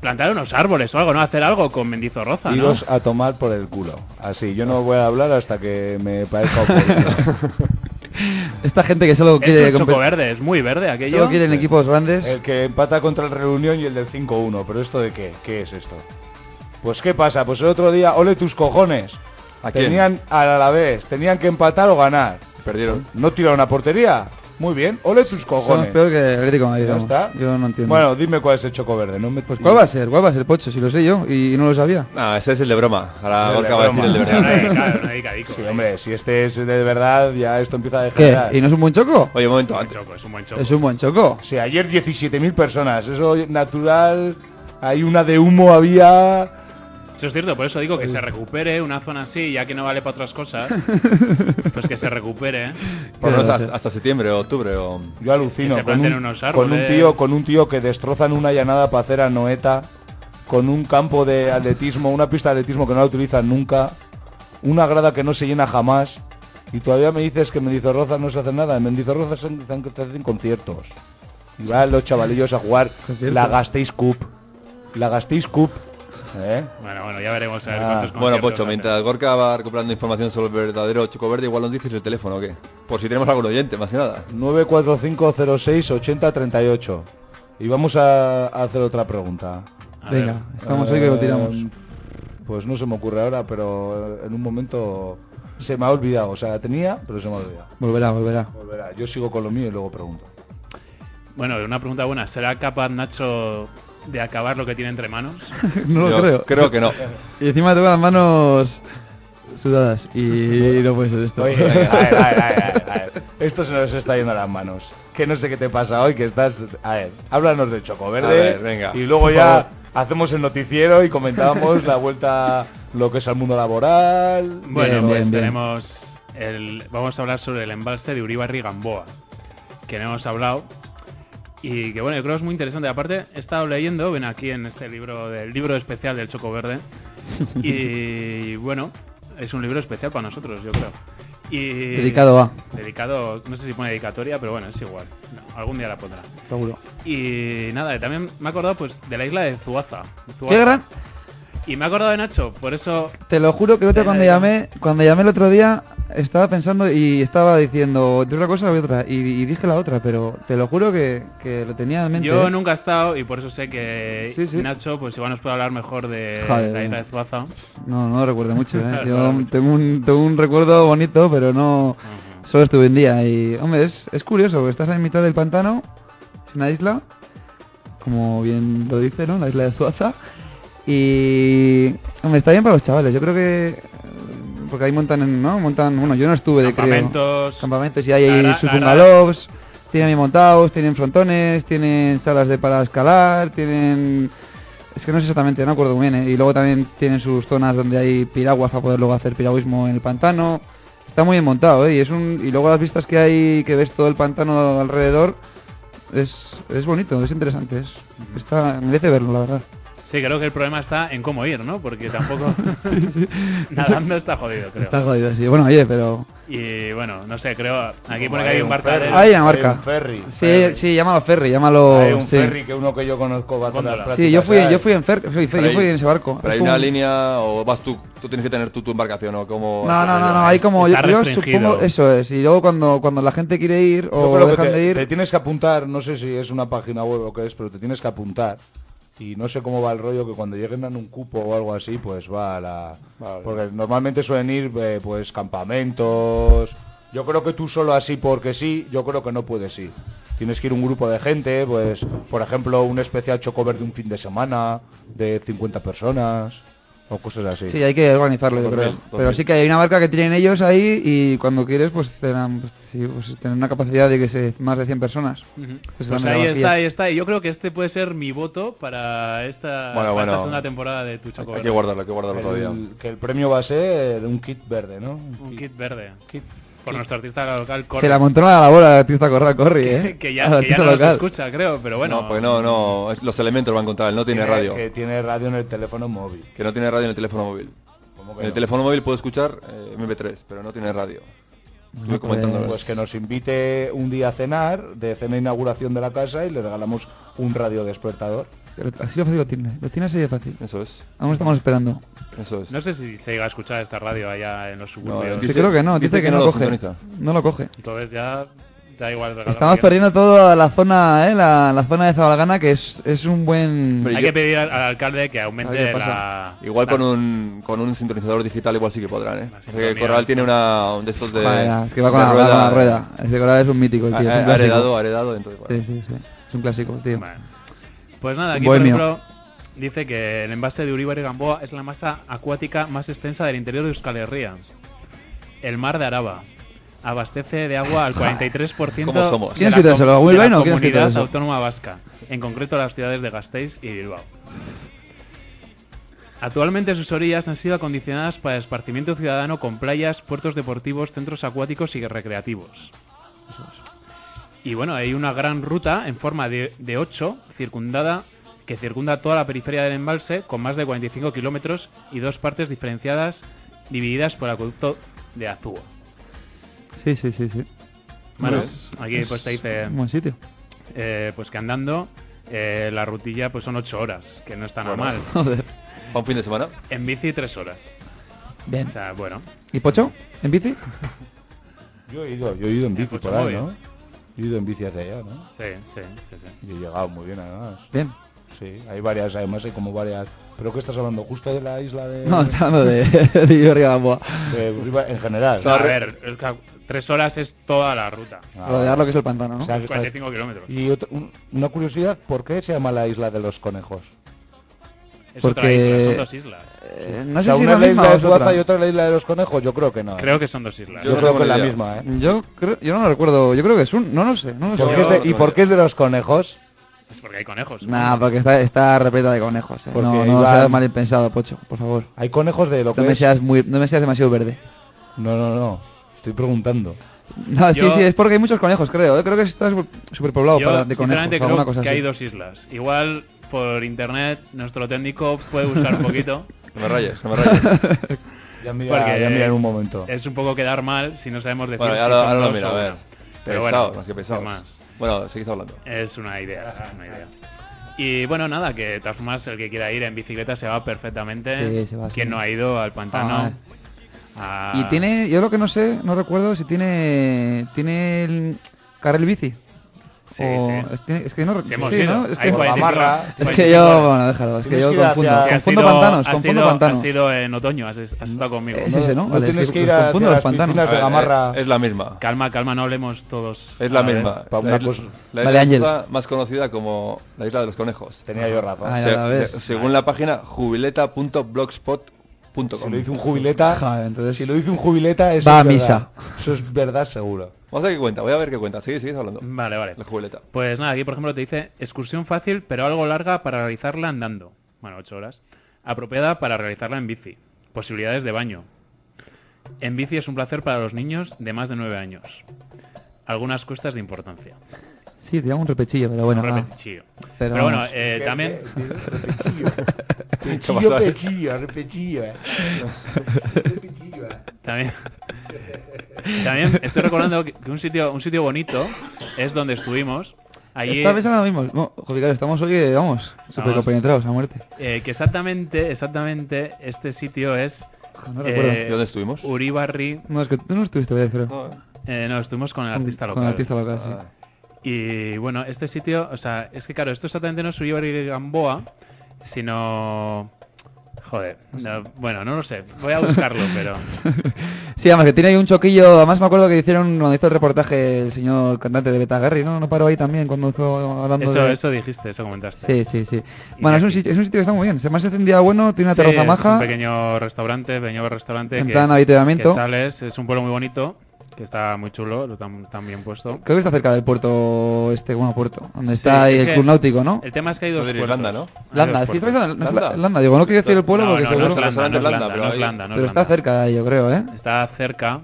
[SPEAKER 2] plantar unos árboles o algo, ¿no? Hacer algo con Mendizorroza, ¿no?
[SPEAKER 3] Iros a tomar por el culo. Así, yo no voy a hablar hasta que me parezca oportuno.
[SPEAKER 5] Esta gente que solo
[SPEAKER 2] Es
[SPEAKER 5] quiere
[SPEAKER 2] un choco
[SPEAKER 5] compet-
[SPEAKER 2] verde, es muy verde aquello.
[SPEAKER 5] solo quieren equipos grandes.
[SPEAKER 3] El que empata contra el Reunión y el del 5-1. ¿Pero esto de qué? ¿Qué es esto? Pues ¿qué pasa? Pues el otro día, ole tus cojones.
[SPEAKER 4] ¿A quién?
[SPEAKER 3] tenían al Alavés, tenían que empatar o ganar.
[SPEAKER 4] Perdieron.
[SPEAKER 3] No tiraron a portería. Muy bien, ole tus
[SPEAKER 5] Somos
[SPEAKER 3] cojones.
[SPEAKER 5] peor que el Atlético de Madrid.
[SPEAKER 3] Ya
[SPEAKER 5] vamos.
[SPEAKER 3] está.
[SPEAKER 5] Yo no entiendo.
[SPEAKER 3] Bueno, dime cuál es el choco verde. No me...
[SPEAKER 5] pues ¿cuál va a ser? ¿Cuál va a ser, Pocho? Si lo sé yo y, y no lo sabía.
[SPEAKER 4] Ah, ese es el de broma.
[SPEAKER 3] El
[SPEAKER 4] Ahora
[SPEAKER 3] de
[SPEAKER 4] Gorka va a decir
[SPEAKER 3] broma.
[SPEAKER 4] el de
[SPEAKER 2] Pero no
[SPEAKER 4] verdad.
[SPEAKER 2] hay, claro, no hay cadico,
[SPEAKER 3] Sí,
[SPEAKER 2] ¿eh?
[SPEAKER 3] hombre, si este es de verdad, ya esto empieza a
[SPEAKER 5] ¿Qué?
[SPEAKER 3] dejar.
[SPEAKER 5] ¿Y no es un buen choco?
[SPEAKER 4] Oye, un momento,
[SPEAKER 2] Es un buen
[SPEAKER 4] antes,
[SPEAKER 2] choco, es un buen choco.
[SPEAKER 5] Es un buen choco.
[SPEAKER 3] O sea, ayer 17.000 personas. Eso natural. Hay una de humo, había...
[SPEAKER 2] Eso es cierto, por eso digo que se recupere una zona así, ya que no vale para otras cosas. pues que se recupere.
[SPEAKER 4] por lo menos
[SPEAKER 5] gracia.
[SPEAKER 4] hasta, hasta septiembre o octubre o...
[SPEAKER 3] Yo alucino
[SPEAKER 2] Que se
[SPEAKER 3] con
[SPEAKER 2] planten
[SPEAKER 3] un,
[SPEAKER 2] unos
[SPEAKER 3] con un
[SPEAKER 2] árboles.
[SPEAKER 3] tío con un tío que destrozan una llanada para hacer a Noeta, con un campo de atletismo, una pista de atletismo que no la utilizan nunca, una grada que no se llena jamás. Y todavía me dices que en Mendizorroza no se hace nada. En Mendizorroza se hacen, se hacen conciertos. Y van los chavalillos a jugar
[SPEAKER 5] Conciertos.
[SPEAKER 3] la Gasteiz Cup. La Gasteiz Cup. ¿eh?
[SPEAKER 2] Bueno, bueno, ya veremos a ver
[SPEAKER 3] Ah,
[SPEAKER 2] cuántos
[SPEAKER 4] Bueno,
[SPEAKER 2] conciertos
[SPEAKER 4] Pocho,
[SPEAKER 2] hacen.
[SPEAKER 4] mientras Gorka va recuperando información sobre el verdadero Choco Verde, igual nos dices el teléfono o qué. Por si tenemos algún oyente, más que nada.
[SPEAKER 3] 945068038. Y vamos a a hacer otra pregunta.
[SPEAKER 2] A ver.
[SPEAKER 5] Venga, estamos hoy que lo tiramos.
[SPEAKER 3] Eh, Pues no se me ocurre ahora, pero eh, en un momento se me ha olvidado. O sea, la tenía, pero se me ha olvidado.
[SPEAKER 5] Volverá, volverá.
[SPEAKER 3] Volverá. Yo sigo con lo mío y luego pregunto.
[SPEAKER 2] Bueno, una pregunta buena. ¿Será capaz Nacho de acabar lo que tiene entre manos?
[SPEAKER 5] No lo
[SPEAKER 4] Yo
[SPEAKER 5] creo.
[SPEAKER 4] Creo que no.
[SPEAKER 5] Y encima tengo las manos sudadas. Y no puede ser esto.
[SPEAKER 3] Oye, eh, venga, a ver, a ver, a ver, a ver. Esto se nos está yendo a las manos. Que no sé qué te pasa hoy, que estás... A ver, háblanos de Choco Verde.
[SPEAKER 4] A ver, venga.
[SPEAKER 3] Y luego ya hacemos el noticiero y comentábamos la vuelta, lo que es al mundo laboral.
[SPEAKER 2] Bueno,
[SPEAKER 5] Bien,
[SPEAKER 2] pues
[SPEAKER 5] bien, bien.
[SPEAKER 2] tenemos el. Vamos a hablar sobre el embalse de Uribarri Gamboa, que no hemos hablado. Y que bueno, yo creo que es muy interesante. Aparte, he estado leyendo, ven aquí en este libro, del libro especial del Choco Verde. Y bueno, es un libro especial para nosotros, yo creo. Y,
[SPEAKER 5] Dedicado a.
[SPEAKER 2] Dedicado, no sé si pone dedicatoria, pero bueno, es igual. No, algún día la pondrá.
[SPEAKER 5] Seguro.
[SPEAKER 2] Y nada, también me he acordado pues de la isla de Zuaza. Zuaza.
[SPEAKER 5] Qué gran.
[SPEAKER 2] Y me he acordado de Nacho, por eso
[SPEAKER 5] Te lo juro que el otro cuando llamé, cuando llamé el otro día, estaba pensando y estaba diciendo de una cosa a la otra. Y, y dije la otra, pero te lo juro que, que lo tenía en mente.
[SPEAKER 2] Yo
[SPEAKER 5] ¿eh?
[SPEAKER 2] nunca he estado y por eso sé que
[SPEAKER 5] Sí, sí.
[SPEAKER 2] Nacho pues igual nos puede hablar mejor de
[SPEAKER 5] Joder, eh.
[SPEAKER 2] la isla
[SPEAKER 5] venga.
[SPEAKER 2] de Zuaza.
[SPEAKER 5] No, no lo recuerdo mucho, ¿eh?
[SPEAKER 2] No, no,
[SPEAKER 5] Yo
[SPEAKER 2] mucho.
[SPEAKER 5] tengo un, tengo un recuerdo bonito, pero no... Solo estuve un día y... Hombre, es, es curioso, porque estás en mitad del pantano, es una isla, como bien lo dice, ¿no? La isla de Zuaza. Y... Hombre, está bien para los chavales, yo creo que... eh, Porque ahí montan, en- ¿no? Montan... Bueno, yo no estuve de creo.
[SPEAKER 2] Campamentos.
[SPEAKER 5] Campamentos y hay
[SPEAKER 2] La
[SPEAKER 5] ahí
[SPEAKER 2] gra-
[SPEAKER 5] sus
[SPEAKER 2] la gra-
[SPEAKER 5] bungalows, tienen bien montados, tienen frontones, tienen salas de para escalar, tienen... Es que no sé exactamente, no me acuerdo muy bien, ¿eh? Y luego también tienen sus zonas donde hay piraguas para poder luego hacer piragüismo en el pantano. Está muy bien montado, ¿eh? Y, es un, y luego las vistas que hay, que ves todo el pantano alrededor, es, es bonito, es interesante. Es, está, merece verlo, la verdad.
[SPEAKER 2] Sí, creo que el problema está en cómo ir, ¿no? Porque tampoco nadando está jodido, creo.
[SPEAKER 5] Está jodido así. Bueno, oye, pero...
[SPEAKER 2] Y bueno, no sé, creo aquí pone
[SPEAKER 3] Como
[SPEAKER 2] que hay un barco
[SPEAKER 3] ferry,
[SPEAKER 5] Hay una barca.
[SPEAKER 3] Hay un ferry.
[SPEAKER 5] Sí, sí, llámalo ferry, llámalo...
[SPEAKER 3] Hay un
[SPEAKER 5] sí.
[SPEAKER 3] ferry que uno que yo conozco va a hacer las
[SPEAKER 2] Góndola.
[SPEAKER 5] Sí,
[SPEAKER 3] prácticas,
[SPEAKER 5] yo fui,
[SPEAKER 3] ¿sabes?
[SPEAKER 5] yo fui en fer- fui- fui-
[SPEAKER 4] Pero
[SPEAKER 5] yo fui
[SPEAKER 4] hay-
[SPEAKER 5] en ese barco.
[SPEAKER 4] Pero
[SPEAKER 5] Es
[SPEAKER 4] hay una
[SPEAKER 5] como-
[SPEAKER 4] línea o vas tú, tú tienes que tener tú tu embarcación o como...
[SPEAKER 5] No, no, no, no, hay como yo,
[SPEAKER 2] Está
[SPEAKER 5] yo
[SPEAKER 2] restringido.
[SPEAKER 5] supongo eso es. Y luego cuando cuando la gente quiere ir
[SPEAKER 3] Yo
[SPEAKER 5] o
[SPEAKER 3] creo que
[SPEAKER 5] dejan
[SPEAKER 3] te,
[SPEAKER 5] de ir,
[SPEAKER 3] te tienes que apuntar, no sé si es una página web o qué es, pero te tienes que apuntar. Y no sé cómo va el rollo que cuando lleguen a un cupo o algo así, pues va a la... Porque normalmente suelen ir, eh, pues, campamentos... Yo creo que tú solo así porque sí, yo creo que no puedes ir. Tienes que ir un grupo de gente, pues, por ejemplo, un especial chocover de un fin de semana, de 50 personas, o cosas así.
[SPEAKER 5] sí, hay que organizarlo,
[SPEAKER 2] Pues
[SPEAKER 5] yo creo. Pero sí que hay una barca que tienen ellos ahí y cuando quieres pues tendrán pues, sí, pues, tienen una capacidad de que se más de 100 personas. Es
[SPEAKER 2] Pues
[SPEAKER 5] grande la
[SPEAKER 2] ahí
[SPEAKER 5] barquilla.
[SPEAKER 2] está, ahí está. Y yo creo que este puede ser mi voto para esta,
[SPEAKER 4] Bueno,
[SPEAKER 2] para
[SPEAKER 4] bueno.
[SPEAKER 2] esta segunda temporada de Tu Choco
[SPEAKER 4] Hay que
[SPEAKER 2] Verde.
[SPEAKER 4] guardarlo, hay que guardarlo todavía.
[SPEAKER 3] El- que el premio va a ser un kit verde, ¿no?
[SPEAKER 2] Un kit verde.
[SPEAKER 3] kit-
[SPEAKER 2] Por nuestro artista local,
[SPEAKER 5] Se
[SPEAKER 2] Corre,
[SPEAKER 5] la montó a la bola al artista Corral Corri, ¿eh?
[SPEAKER 2] que
[SPEAKER 5] Al
[SPEAKER 2] ya, que ya
[SPEAKER 5] artista
[SPEAKER 2] no los
[SPEAKER 5] local.
[SPEAKER 2] escucha, creo, pero bueno.
[SPEAKER 4] No, pues porque no, no, es- los elementos van a encontrar, él no tiene radio.
[SPEAKER 3] Que tiene radio en el teléfono móvil.
[SPEAKER 4] Que no tiene radio en el teléfono móvil.
[SPEAKER 3] ¿Cómo que
[SPEAKER 4] En el
[SPEAKER 3] no?
[SPEAKER 4] teléfono móvil puedo escuchar eh, MP3, pero no tiene radio. Estuve
[SPEAKER 5] pues-
[SPEAKER 4] comentándolo.
[SPEAKER 3] Pues que nos e invite un día a cenar, de cena inauguración de la casa y le regalamos un radio despertador.
[SPEAKER 5] Así lo fácil lo tiene. Lo tiene así de fácil.
[SPEAKER 2] Pues
[SPEAKER 4] Eso es,
[SPEAKER 5] Aún estamos esperando.
[SPEAKER 4] eso es.
[SPEAKER 2] No sé si se llega a escuchar esta radio allá en los
[SPEAKER 4] No,
[SPEAKER 2] suburbios.
[SPEAKER 5] Sí,
[SPEAKER 4] dice-
[SPEAKER 5] creo que no. Dice,
[SPEAKER 4] dice
[SPEAKER 5] que,
[SPEAKER 4] que
[SPEAKER 5] no,
[SPEAKER 4] no lo
[SPEAKER 5] coge.
[SPEAKER 4] sintoniza.
[SPEAKER 5] No lo coge.
[SPEAKER 2] Entonces ya da igual. regalar
[SPEAKER 5] Estamos
[SPEAKER 2] lo que
[SPEAKER 5] perdiendo toda la zona, ¿eh? la, la zona de Zabalgana, que es, es un buen...
[SPEAKER 4] Hombre,
[SPEAKER 2] quieras. Hay
[SPEAKER 4] yo-
[SPEAKER 2] que pedir al, al alcalde que
[SPEAKER 5] A ver
[SPEAKER 2] aumente
[SPEAKER 5] qué pasa.
[SPEAKER 2] la...
[SPEAKER 4] Igual
[SPEAKER 2] la-
[SPEAKER 4] con un, con un sintonizador digital igual sí que podrán, ¿eh?
[SPEAKER 2] La
[SPEAKER 4] Porque
[SPEAKER 2] sintonía.
[SPEAKER 4] Corral tiene una, un de estos
[SPEAKER 3] este
[SPEAKER 4] de...
[SPEAKER 5] Joder, es que va con,
[SPEAKER 4] de
[SPEAKER 5] la, va con la rueda. Ese Coral es un mítico, el
[SPEAKER 4] Ha,
[SPEAKER 5] tío. es un
[SPEAKER 4] ha- ha
[SPEAKER 5] clásico.
[SPEAKER 4] heredado, ha heredado, entonces bueno.
[SPEAKER 5] Sí, sí, sí. Es un clásico, tío.
[SPEAKER 2] Vale. Pues nada, aquí
[SPEAKER 5] Bohemio.
[SPEAKER 2] por ejemplo dice que el envase de Uribar y Gamboa es la masa acuática más extensa del interior de Euskal Herria. El mar de Araba. Abastece de agua al 43%
[SPEAKER 4] ¿Cómo somos?
[SPEAKER 2] de
[SPEAKER 5] ¿Quién
[SPEAKER 2] la
[SPEAKER 5] escrito eso?
[SPEAKER 2] com-
[SPEAKER 5] ¿Lo Will
[SPEAKER 2] de la
[SPEAKER 5] Bain o quién escrito
[SPEAKER 2] comunidad
[SPEAKER 5] eso?
[SPEAKER 2] autónoma vasca, en concreto las ciudades de Gasteiz y Bilbao. Actualmente sus orillas han sido acondicionadas para esparcimiento ciudadano con playas, puertos deportivos, centros acuáticos y recreativos. Y bueno, hay una gran ruta en forma de, de 8 circundada que circunda toda la periferia del embalse con más de 45 kilómetros y dos partes diferenciadas divididas por el acueducto de Azúa.
[SPEAKER 5] Sí, sí, sí, sí.
[SPEAKER 2] Bueno,
[SPEAKER 5] Pues-
[SPEAKER 2] aquí pues te dice
[SPEAKER 5] Un buen sitio.
[SPEAKER 2] eh, pues que andando eh, la rutilla pues son 8 horas, que no está nada
[SPEAKER 4] Bueno.
[SPEAKER 2] mal.
[SPEAKER 5] Joder.
[SPEAKER 4] ¿Para un fin de semana?
[SPEAKER 2] En bici 3 horas.
[SPEAKER 5] Bien.
[SPEAKER 2] O sea, bueno,
[SPEAKER 5] ¿Y Pocho? ¿En bici?
[SPEAKER 3] Yo he ido, yo he ido en
[SPEAKER 2] Ya,
[SPEAKER 3] bici
[SPEAKER 2] pues,
[SPEAKER 3] por ahí,
[SPEAKER 2] muy
[SPEAKER 3] ¿no?
[SPEAKER 2] bien.
[SPEAKER 3] Yo he ido en bici hacia allá, ¿no?
[SPEAKER 2] sí, sí, sí, sí.
[SPEAKER 3] Y he llegado muy bien, además.
[SPEAKER 5] Bien.
[SPEAKER 3] Sí, hay varias, además hay como varias... ¿Pero qué estás hablando? ¿Justo de la isla de...?
[SPEAKER 5] No, está hablando de, de Iori Gamboa.
[SPEAKER 3] de Uribar en general.
[SPEAKER 2] A ver, 3 horas es toda la ruta.
[SPEAKER 3] Ah,
[SPEAKER 5] Rodear lo que es el pantano, ¿no?
[SPEAKER 3] o sea, que está-
[SPEAKER 2] 45 kilómetros.
[SPEAKER 3] Y otro- un- una curiosidad, ¿por qué se llama la isla de los conejos?
[SPEAKER 2] Es otra
[SPEAKER 5] porque-
[SPEAKER 2] isla, son dos islas.
[SPEAKER 5] Eh, no
[SPEAKER 3] o
[SPEAKER 5] sé
[SPEAKER 3] sea,
[SPEAKER 5] si
[SPEAKER 3] una
[SPEAKER 5] la
[SPEAKER 3] es la isla
[SPEAKER 5] misma o
[SPEAKER 3] de
[SPEAKER 5] es otra.
[SPEAKER 3] Suaza y otra es la isla de los conejos, yo creo que no. ¿eh?
[SPEAKER 2] Creo que son dos islas.
[SPEAKER 3] yo
[SPEAKER 4] Yo
[SPEAKER 3] creo
[SPEAKER 4] no
[SPEAKER 3] que es la
[SPEAKER 4] idea.
[SPEAKER 3] misma, ¿eh?
[SPEAKER 5] Yo creo, yo no lo recuerdo, yo creo que es un, no lo sé, no lo
[SPEAKER 3] ¿Por
[SPEAKER 5] sé.
[SPEAKER 3] qué es de-
[SPEAKER 4] no
[SPEAKER 3] ¿Y
[SPEAKER 4] tengo
[SPEAKER 3] por
[SPEAKER 4] idea.
[SPEAKER 3] qué es de los conejos?
[SPEAKER 2] Es porque hay conejos.
[SPEAKER 5] Nah, porque está, está repleta de conejos. eh.
[SPEAKER 3] Porque
[SPEAKER 5] No, no
[SPEAKER 3] iba- Pues-
[SPEAKER 5] seas mal pensado, Pocho, por favor.
[SPEAKER 3] Hay conejos de lo
[SPEAKER 5] No
[SPEAKER 3] que
[SPEAKER 5] me
[SPEAKER 3] es...
[SPEAKER 5] seas muy, no me seas demasiado verde.
[SPEAKER 3] No, no, no. Estoy preguntando.
[SPEAKER 5] No,
[SPEAKER 2] Yo-
[SPEAKER 5] sí, sí, es porque hay muchos conejos, creo. eh. Creo que está superpoblado
[SPEAKER 2] Yo,
[SPEAKER 5] para, Oh, de conejos,
[SPEAKER 2] sinceramente,
[SPEAKER 5] alguna
[SPEAKER 2] creo
[SPEAKER 5] cosa
[SPEAKER 2] que
[SPEAKER 5] así.
[SPEAKER 2] hay dos islas. Igual, por internet, nuestro técnico puede buscar un poquito.
[SPEAKER 4] No me rayes, no me rayes.
[SPEAKER 3] Ya mira,
[SPEAKER 2] Porque-
[SPEAKER 3] ya mira en un momento.
[SPEAKER 2] Es un poco quedar mal si no sabemos decir
[SPEAKER 4] bueno, ya
[SPEAKER 2] si
[SPEAKER 4] lo,
[SPEAKER 2] son
[SPEAKER 4] ahora lo
[SPEAKER 2] dos
[SPEAKER 4] miro,
[SPEAKER 2] o
[SPEAKER 4] a ver.
[SPEAKER 2] una. Pero
[SPEAKER 4] Pero
[SPEAKER 2] bueno,
[SPEAKER 4] pesados, más que pesados.
[SPEAKER 2] sin más.
[SPEAKER 4] Bueno, seguís hablando.
[SPEAKER 2] Es una idea, es una idea. Y bueno, nada, que de todas formas el que quiera ir en bicicleta se va perfectamente.
[SPEAKER 5] Sí, se va, sí. Ah.
[SPEAKER 2] Quien no ha ido al pantano. Ah, a-
[SPEAKER 5] Y tiene, yo lo que no sé, no recuerdo si tiene tiene el carrel bici.
[SPEAKER 2] Sí,
[SPEAKER 5] O-
[SPEAKER 2] sí.
[SPEAKER 5] Es, tiene- es que no
[SPEAKER 2] Sí,
[SPEAKER 5] recuerdo.
[SPEAKER 2] hemos ido.
[SPEAKER 5] Es
[SPEAKER 2] Hay
[SPEAKER 5] que,
[SPEAKER 3] por la
[SPEAKER 2] 45
[SPEAKER 3] barra.
[SPEAKER 5] es
[SPEAKER 2] 45
[SPEAKER 5] que yo,
[SPEAKER 2] horas.
[SPEAKER 5] bueno, déjalo, es que
[SPEAKER 3] Tienes
[SPEAKER 5] yo
[SPEAKER 3] que ir
[SPEAKER 5] confundo.
[SPEAKER 3] hacia-
[SPEAKER 2] Sí, has
[SPEAKER 5] Confundo
[SPEAKER 2] ido-
[SPEAKER 5] pantanos,
[SPEAKER 2] has
[SPEAKER 5] confundo
[SPEAKER 2] ido-
[SPEAKER 5] pantanos. Eh,
[SPEAKER 2] Has ido en otoño, has, has estado conmigo.
[SPEAKER 5] Es ese, ¿no?
[SPEAKER 3] No
[SPEAKER 5] Vale, es
[SPEAKER 3] tienes
[SPEAKER 5] que
[SPEAKER 3] que ir a-
[SPEAKER 5] confundo
[SPEAKER 3] hacia
[SPEAKER 5] los
[SPEAKER 3] las
[SPEAKER 5] pantanos.
[SPEAKER 3] piscinas de
[SPEAKER 4] A ver,
[SPEAKER 3] Gamarra.
[SPEAKER 4] Eh, Es, es la misma.
[SPEAKER 2] Calma, calma, no hablemos todos.
[SPEAKER 4] Es la
[SPEAKER 2] a la
[SPEAKER 4] misma.
[SPEAKER 2] vez.
[SPEAKER 3] pa' una
[SPEAKER 4] La isla-
[SPEAKER 3] cosa-
[SPEAKER 4] la isla
[SPEAKER 5] Vale, Ángel.
[SPEAKER 4] rusa más conocida como la isla de los conejos.
[SPEAKER 3] Tenía yo razón.
[SPEAKER 5] Ah, ya
[SPEAKER 4] Se-
[SPEAKER 5] la ves.
[SPEAKER 4] se- según la página jubileta.blogspot.com.
[SPEAKER 3] Si lo dice un jubileta,
[SPEAKER 5] Joder, entonces-
[SPEAKER 3] si lo dice un jubileta, eso
[SPEAKER 5] Va
[SPEAKER 3] es
[SPEAKER 5] a
[SPEAKER 3] verdad.
[SPEAKER 5] misa.
[SPEAKER 3] Eso es verdad seguro.
[SPEAKER 4] Vamos a ver qué cuenta, voy a ver qué cuenta. Sigue, sigue hablando.
[SPEAKER 2] Vale, vale.
[SPEAKER 4] La jubileta.
[SPEAKER 2] Pues nada, aquí por ejemplo te dice excursión fácil pero algo larga para realizarla andando. Bueno, 8 horas. Apropiada para realizarla en bici. Posibilidades de baño. En bici es un placer para los niños de más de 9 años. Algunas cuestas de importancia.
[SPEAKER 5] Sí, digamos un repechillo, pero bueno. va.
[SPEAKER 2] Repetichillo.
[SPEAKER 5] Ah, Pero
[SPEAKER 2] Pero, bueno,
[SPEAKER 5] vamos.
[SPEAKER 2] eh, también...
[SPEAKER 3] Repechillo. Pechillo,
[SPEAKER 4] pasó ahí?
[SPEAKER 3] pechillo, repechillo. eh. Repechillo, eh.
[SPEAKER 2] También, también estoy recordando que que un sitio, un sitio bonito es donde estuvimos. Allí,
[SPEAKER 5] Está pensando lo mismo. No, joder, claro, estamos hoy, eh, vamos, súper compenetrados a muerte.
[SPEAKER 2] eh, que exactamente, exactamente este sitio es
[SPEAKER 5] Joder, No recuerdo.
[SPEAKER 2] Eh,
[SPEAKER 4] ¿Y dónde estuvimos?
[SPEAKER 2] Uribarri.
[SPEAKER 5] No, es que tú no estuviste, ¿verdad? creo.
[SPEAKER 4] No, eh.
[SPEAKER 2] eh, no, estuvimos con el
[SPEAKER 5] Con-
[SPEAKER 2] artista
[SPEAKER 5] Con
[SPEAKER 2] local.
[SPEAKER 5] el artista local, sí.
[SPEAKER 2] Y bueno, este sitio, o sea, es que claro, esto exactamente no es Uribarri Gamboa, sino... Joder, no- bueno, no lo sé. Voy a buscarlo, pero...
[SPEAKER 5] Sí, además que tiene ahí un choquillo. Además me acuerdo que hicieron cuando hizo el reportaje el señor cantante de Betagarri, ¿no? No paró ahí también cuando hizo hablando
[SPEAKER 2] Eso,
[SPEAKER 5] de...
[SPEAKER 2] eso dijiste, eso comentaste.
[SPEAKER 5] Sí, sí, sí. Bueno, es un,
[SPEAKER 2] aquí.
[SPEAKER 5] sitio, es un sitio que está muy bien. Se me hace un día bueno, tiene una
[SPEAKER 2] Sí,
[SPEAKER 5] terraza
[SPEAKER 2] es
[SPEAKER 5] maja.
[SPEAKER 2] un pequeño restaurante, pequeño restaurante.
[SPEAKER 5] En
[SPEAKER 2] que-
[SPEAKER 5] plan avituallamiento.
[SPEAKER 2] que sales, es un pueblo muy bonito, que está muy chulo, lo tan, tan bien puesto.
[SPEAKER 5] Creo que está cerca del puerto este, bueno, puerto, donde
[SPEAKER 2] Sí,
[SPEAKER 5] está ahí
[SPEAKER 2] es
[SPEAKER 5] el
[SPEAKER 2] que
[SPEAKER 5] club náutico, ¿no?
[SPEAKER 2] El tema es que hay dos
[SPEAKER 4] de
[SPEAKER 2] puertos.
[SPEAKER 4] Irlanda, ¿no?
[SPEAKER 2] Hay
[SPEAKER 5] Landa,
[SPEAKER 2] dos
[SPEAKER 5] es que
[SPEAKER 2] puertos.
[SPEAKER 5] estoy pensando- no es
[SPEAKER 4] Landa.
[SPEAKER 5] La- Landa, digo, no quiero decir el pueblo
[SPEAKER 2] No,
[SPEAKER 5] porque
[SPEAKER 2] no, no,
[SPEAKER 5] seguro...
[SPEAKER 2] es Landa, no es
[SPEAKER 4] Irlanda,
[SPEAKER 2] Landa,
[SPEAKER 4] pero
[SPEAKER 2] no es
[SPEAKER 4] ahí-
[SPEAKER 2] Landa, no es
[SPEAKER 5] pero está
[SPEAKER 2] Landa.
[SPEAKER 5] cerca de ahí, yo creo, ¿eh?
[SPEAKER 2] Está cerca,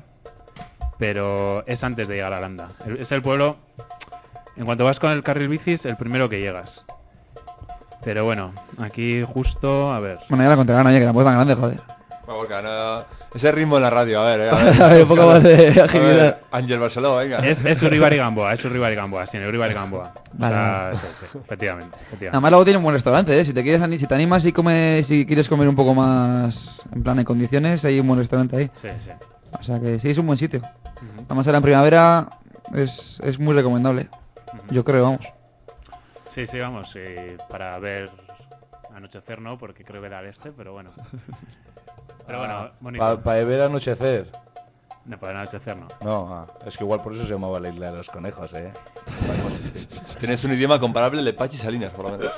[SPEAKER 2] pero es antes de llegar a Landa. El- Es el pueblo, en cuanto vas con el carril bicis, el primero que llegas. Pero bueno, aquí justo, a ver.
[SPEAKER 5] Bueno, ya la contarán, oye, que tampoco es tan grande, joder.
[SPEAKER 4] Bueno, Gorka, no- ese ritmo en la radio, a ver, eh, a ver.
[SPEAKER 5] A ver, un poco más de
[SPEAKER 4] A ver,
[SPEAKER 5] agilidad.
[SPEAKER 4] Ángel Barceló, venga.
[SPEAKER 2] Es, es Uribar y Gamboa, es Uribar y Gamboa, sí, Uribar y Gamboa. O
[SPEAKER 5] Vale,
[SPEAKER 2] sea, sí, sí, efectivamente, efectivamente.
[SPEAKER 5] Además luego tiene un buen restaurante, ¿eh? Si te quieres, ani- si te animas y comes, si quieres comer un poco más en plan en condiciones, hay un buen restaurante ahí.
[SPEAKER 2] Sí, sí.
[SPEAKER 5] O sea que sí, es un buen sitio. Además ahora en primavera es, es muy recomendable. Yo creo, vamos.
[SPEAKER 2] Sí, sí, vamos, eh, para ver anochecer no, porque creo que era al este, pero bueno. Pero
[SPEAKER 5] Ah,
[SPEAKER 2] bueno, bonito.
[SPEAKER 3] Para beber anochecer.
[SPEAKER 2] No, para anochecer no.
[SPEAKER 3] No, ah, es que igual por eso se llamaba la isla de los conejos, ¿eh?
[SPEAKER 4] Tienes un idioma comparable al de Pachi Salinas, por lo menos.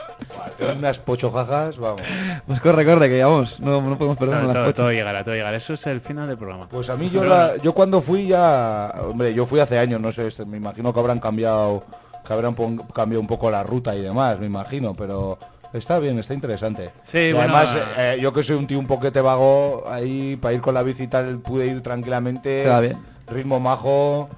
[SPEAKER 3] Unas pochojajas, vamos.
[SPEAKER 5] Pues corre, corre, que vamos. No, no podemos perder
[SPEAKER 2] Todo,
[SPEAKER 5] las
[SPEAKER 2] todo,
[SPEAKER 5] coches.
[SPEAKER 2] todo llegará, todo llegará. Eso es el final del programa.
[SPEAKER 3] Pues a mí yo, la- yo cuando fui ya, hombre, yo fui hace años, no sé, este, me imagino que habrán cambiado, que habrán pon- cambiado un poco la ruta y demás, me imagino, pero está bien, está interesante.
[SPEAKER 2] Sí,
[SPEAKER 3] Y
[SPEAKER 2] bueno,
[SPEAKER 3] además
[SPEAKER 2] eh,
[SPEAKER 3] eh, yo que soy un tío un poquete vago, ahí para ir con la bici y tal pude ir tranquilamente,
[SPEAKER 5] Te va bien.
[SPEAKER 3] ritmo majo.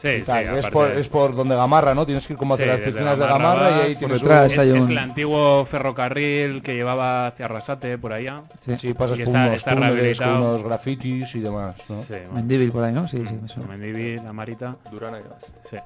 [SPEAKER 2] Sí,
[SPEAKER 3] y
[SPEAKER 2] sí,
[SPEAKER 3] tal. es,
[SPEAKER 2] aparte-
[SPEAKER 3] por, es por donde Gamarra, ¿no? Tienes que ir como
[SPEAKER 2] Sí,
[SPEAKER 3] hacia las
[SPEAKER 2] desde
[SPEAKER 3] piscinas de
[SPEAKER 2] Gamarra
[SPEAKER 3] Gamarra y
[SPEAKER 2] vas,
[SPEAKER 3] ahí
[SPEAKER 2] por
[SPEAKER 3] tienes un-
[SPEAKER 5] detrás.
[SPEAKER 2] Es,
[SPEAKER 5] Hay
[SPEAKER 2] es
[SPEAKER 5] un-
[SPEAKER 2] el antiguo ferrocarril que llevaba hacia Arrasate, por allá.
[SPEAKER 5] Sí.
[SPEAKER 3] Sí, pasas
[SPEAKER 2] Y
[SPEAKER 3] por
[SPEAKER 2] está-
[SPEAKER 3] unos
[SPEAKER 2] está
[SPEAKER 3] túneles,
[SPEAKER 2] rehabilitado.
[SPEAKER 3] con unos grafitis y demás, ¿no?
[SPEAKER 2] Sí, bueno.
[SPEAKER 5] Mendívil por ahí, ¿no? Sí, sí, me suena.
[SPEAKER 2] Mendivi, la Marita.
[SPEAKER 4] Durana y demás.
[SPEAKER 2] Sí.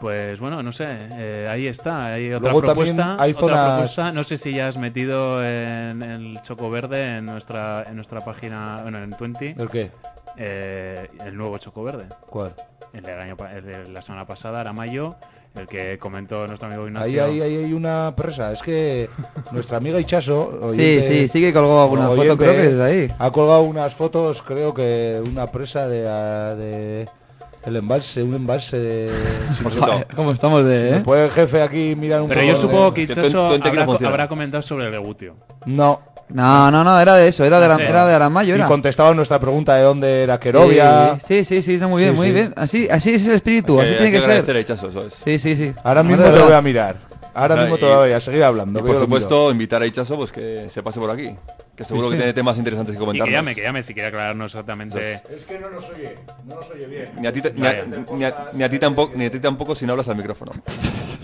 [SPEAKER 2] Pues bueno, no sé, eh, ahí está, hay otra
[SPEAKER 3] Luego también
[SPEAKER 2] propuesta,
[SPEAKER 3] hay
[SPEAKER 2] otra
[SPEAKER 3] zonas-
[SPEAKER 2] propuesta. No sé si ya has metido en, el Choco Verde en nuestra en nuestra página, bueno, en Twenty,
[SPEAKER 3] ¿El qué?
[SPEAKER 2] eh, el nuevo Choco Verde.
[SPEAKER 3] ¿Cuál?
[SPEAKER 2] El del año, pa- el de la semana pasada era mayo, el que comentó nuestro amigo
[SPEAKER 3] Ahí,
[SPEAKER 2] Ignacio.
[SPEAKER 3] ahí, ahí hay una presa. Es que nuestra amiga Ichaso...
[SPEAKER 5] Sí,
[SPEAKER 3] oyente-
[SPEAKER 5] sí, sí que colgó alguna
[SPEAKER 3] oyente,
[SPEAKER 5] foto, creo que desde ahí.
[SPEAKER 3] Ha colgado unas fotos, creo que una presa de... ah, de- el embalse, un embalse de... Si me-
[SPEAKER 4] cierto,
[SPEAKER 5] ¿Cómo estamos de,
[SPEAKER 3] ¿Me
[SPEAKER 5] eh?
[SPEAKER 3] puede el jefe aquí mirar un
[SPEAKER 2] Pero
[SPEAKER 3] poco
[SPEAKER 2] yo
[SPEAKER 3] de-
[SPEAKER 2] supongo que
[SPEAKER 4] Es que tú en-
[SPEAKER 2] Itxaso
[SPEAKER 4] tú en Tecno
[SPEAKER 2] habrá,
[SPEAKER 4] funciona.
[SPEAKER 2] habrá comentado sobre el legutio.
[SPEAKER 3] No.
[SPEAKER 5] No, no, no, era de eso, era de,
[SPEAKER 2] Sí.
[SPEAKER 5] la, era de Aramayo,
[SPEAKER 3] Y
[SPEAKER 5] Ah, era.
[SPEAKER 3] contestaba nuestra pregunta de dónde era Querovia.
[SPEAKER 5] Sí, sí, sí, sí, muy bien,
[SPEAKER 3] Sí,
[SPEAKER 5] muy
[SPEAKER 3] sí.
[SPEAKER 5] bien. Así, así es el espíritu,
[SPEAKER 4] Hay
[SPEAKER 5] así
[SPEAKER 4] Eh, hay
[SPEAKER 5] tiene que,
[SPEAKER 4] agradecer
[SPEAKER 5] ser.
[SPEAKER 4] a Ichazo, eso es.
[SPEAKER 5] Sí, sí, sí.
[SPEAKER 3] Ahora
[SPEAKER 5] No,
[SPEAKER 3] mismo
[SPEAKER 5] de
[SPEAKER 3] te voy
[SPEAKER 5] verdad.
[SPEAKER 3] a mirar. Ahora
[SPEAKER 4] No,
[SPEAKER 3] mismo te
[SPEAKER 4] y-
[SPEAKER 3] voy a mirar. Seguir hablando.
[SPEAKER 4] Y
[SPEAKER 3] que
[SPEAKER 4] por
[SPEAKER 3] yo lo miro.
[SPEAKER 4] supuesto, invitar a Ichazo pues que se pase por aquí. Que seguro que tiene temas interesantes
[SPEAKER 2] Y
[SPEAKER 4] que comentar.
[SPEAKER 2] que llame, que llame si quiere aclararnos exactamente.
[SPEAKER 3] Es que no nos oye, no nos oye bien.
[SPEAKER 4] Ni a ti, ta- ni a- ni a- ni a ti tampoco, ni a ti tampoco si no hablas al micrófono.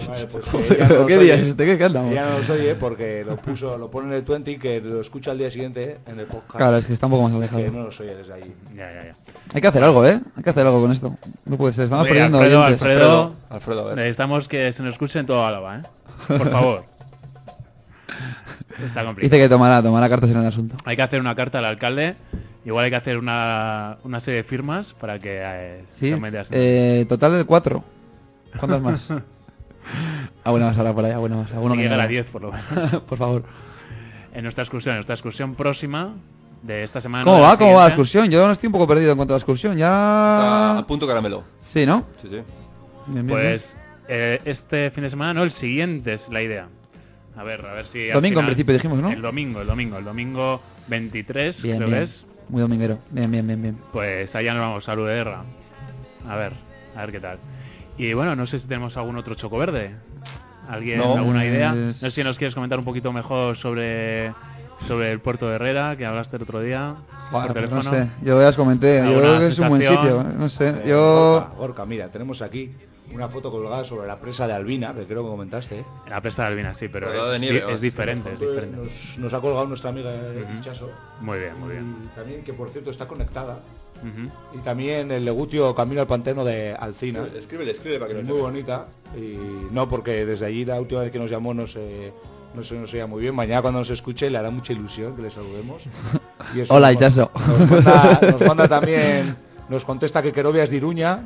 [SPEAKER 3] Vale, pues que ya no
[SPEAKER 5] Pero
[SPEAKER 3] nos
[SPEAKER 5] ¿Qué
[SPEAKER 3] oye.
[SPEAKER 5] día es este? ¿Qué qué andamos?
[SPEAKER 3] Ya no nos oye porque lo puso, lo pone en el 20 que lo escucha al día siguiente ¿eh? en el podcast.
[SPEAKER 5] Claro, es que está un poco más
[SPEAKER 3] que
[SPEAKER 5] alejado.
[SPEAKER 3] no nos oye desde ahí.
[SPEAKER 5] Pues
[SPEAKER 2] Ya, ya, ya.
[SPEAKER 5] Hay que hacer algo, ¿eh? Hay que hacer algo con esto. No puede ser, estamos
[SPEAKER 2] Oye,
[SPEAKER 5] perdiendo
[SPEAKER 2] Alfredo,
[SPEAKER 5] oyentes.
[SPEAKER 2] Alfredo,
[SPEAKER 4] Alfredo, a ver.
[SPEAKER 2] necesitamos que se nos escuche en todo Álava, ¿eh? Por favor. Está complicado.
[SPEAKER 5] Dice que tomará, tomará cartas en el asunto.
[SPEAKER 2] Hay que hacer una carta al alcalde. Igual hay que hacer una, una serie de firmas para que eh, se
[SPEAKER 5] Sí,
[SPEAKER 2] tome de asunto.
[SPEAKER 5] eh, total de cuatro. ¿Cuántas más? ah, bueno, más ahora por allá, bueno, más. Alguno
[SPEAKER 2] Que
[SPEAKER 5] que
[SPEAKER 2] llegue a
[SPEAKER 5] no.
[SPEAKER 2] la 10, por lo menos.
[SPEAKER 5] por favor.
[SPEAKER 2] En nuestra excursión, en nuestra excursión próxima de esta semana.
[SPEAKER 5] ¿Cómo
[SPEAKER 2] de
[SPEAKER 5] va? ¿Cómo va la
[SPEAKER 2] Ah, siguiente.
[SPEAKER 5] excursión? Yo no estoy un poco perdido en cuanto a la excursión.
[SPEAKER 4] Está
[SPEAKER 5] Ya...
[SPEAKER 4] a punto caramelo.
[SPEAKER 5] Sí, ¿no?
[SPEAKER 4] Sí, sí.
[SPEAKER 5] Bien, bien, bien.
[SPEAKER 2] Pues eh, este fin de semana, no, el siguiente es la idea. A ver, a ver si... al
[SPEAKER 5] Domingo,
[SPEAKER 2] final-
[SPEAKER 5] en principio, dijimos, ¿no?
[SPEAKER 2] El domingo, el domingo, el domingo 23,
[SPEAKER 5] Bien,
[SPEAKER 2] creo
[SPEAKER 5] bien.
[SPEAKER 2] que es.
[SPEAKER 5] Muy dominguero. Bien, bien, bien, bien.
[SPEAKER 2] Pues allá nos vamos, salud de guerra. A ver, a ver qué tal. Y bueno, no sé si tenemos algún otro choco verde. ¿Alguien
[SPEAKER 4] No.
[SPEAKER 2] alguna idea? No
[SPEAKER 5] Pues-
[SPEAKER 2] sé si nos quieres comentar un poquito mejor sobre sobre el puerto de Herrera, que hablaste el otro día
[SPEAKER 5] Joder,
[SPEAKER 2] por
[SPEAKER 5] pues
[SPEAKER 2] teléfono.
[SPEAKER 5] no sé, yo ya os comenté, yo
[SPEAKER 2] ¿Alguna
[SPEAKER 5] creo que es un buen
[SPEAKER 2] sensación? Pues
[SPEAKER 5] sitio, ¿eh? no sé, yo...
[SPEAKER 3] Gorka, Gorka, mira, tenemos aquí una foto colgada sobre la presa de Albina, que creo que comentaste. ¿eh?
[SPEAKER 2] En la presa de Albina, sí, pero
[SPEAKER 4] Colgado de
[SPEAKER 2] es,
[SPEAKER 4] nieve,
[SPEAKER 2] di- es
[SPEAKER 4] vamos.
[SPEAKER 2] diferente, es diferente.
[SPEAKER 3] Nos, nos ha colgado nuestra amiga Chaso.
[SPEAKER 2] Muy bien, muy bien.
[SPEAKER 3] Y también, que por cierto está conectada.
[SPEAKER 2] Ujú.
[SPEAKER 3] Y también el legutio Camino al Panteno de Alcina.
[SPEAKER 4] Escríbele, escríbele para
[SPEAKER 3] que es muy bonita y no porque desde allí la última vez que nos llamó no se no se nos oía muy bien mañana cuando nos escuche le hará mucha ilusión que le saludemos Y eso
[SPEAKER 5] Hola,
[SPEAKER 3] nos-
[SPEAKER 5] Itxaso.
[SPEAKER 3] nos manda, nos manda también nos contesta que Querovia es de Iruña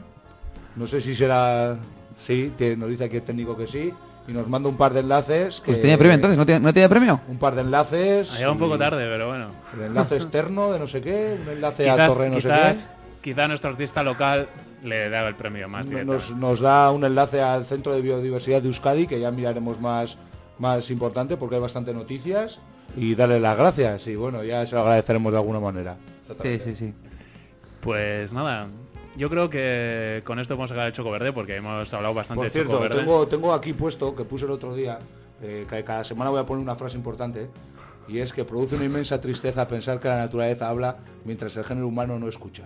[SPEAKER 3] no sé si será sí te- nos dice aquí el técnico que sí y nos manda un par de enlaces que
[SPEAKER 5] Pues tiene premio entonces, ¿no tiene, no tiene premio?
[SPEAKER 3] un par de enlaces
[SPEAKER 2] Ha llegado un poco
[SPEAKER 3] y
[SPEAKER 2] tarde, pero bueno.
[SPEAKER 3] el enlace externo de no sé qué un enlace a
[SPEAKER 2] Quizás,
[SPEAKER 3] Torre no sé
[SPEAKER 2] quizás,
[SPEAKER 3] qué
[SPEAKER 2] quizá nuestro artista local le daba el premio más
[SPEAKER 3] nos,
[SPEAKER 2] directamente.
[SPEAKER 3] nos da un enlace al Centro de Biodiversidad de Euskadi, que ya miraremos más, más importante porque hay bastante noticias, y darle las gracias. Y bueno, ya se lo agradeceremos de alguna manera.
[SPEAKER 5] Sí, sí, sí.
[SPEAKER 2] Pues nada, yo creo que con esto podemos sacar el choco verde porque hemos hablado bastante
[SPEAKER 3] Por
[SPEAKER 2] de choco
[SPEAKER 3] cierto,
[SPEAKER 2] verde.
[SPEAKER 3] tengo, tengo aquí puesto, que puse el otro día, eh, que cada semana voy a poner una frase importante, y es que produce una inmensa tristeza pensar que la naturaleza habla mientras el género humano no escucha.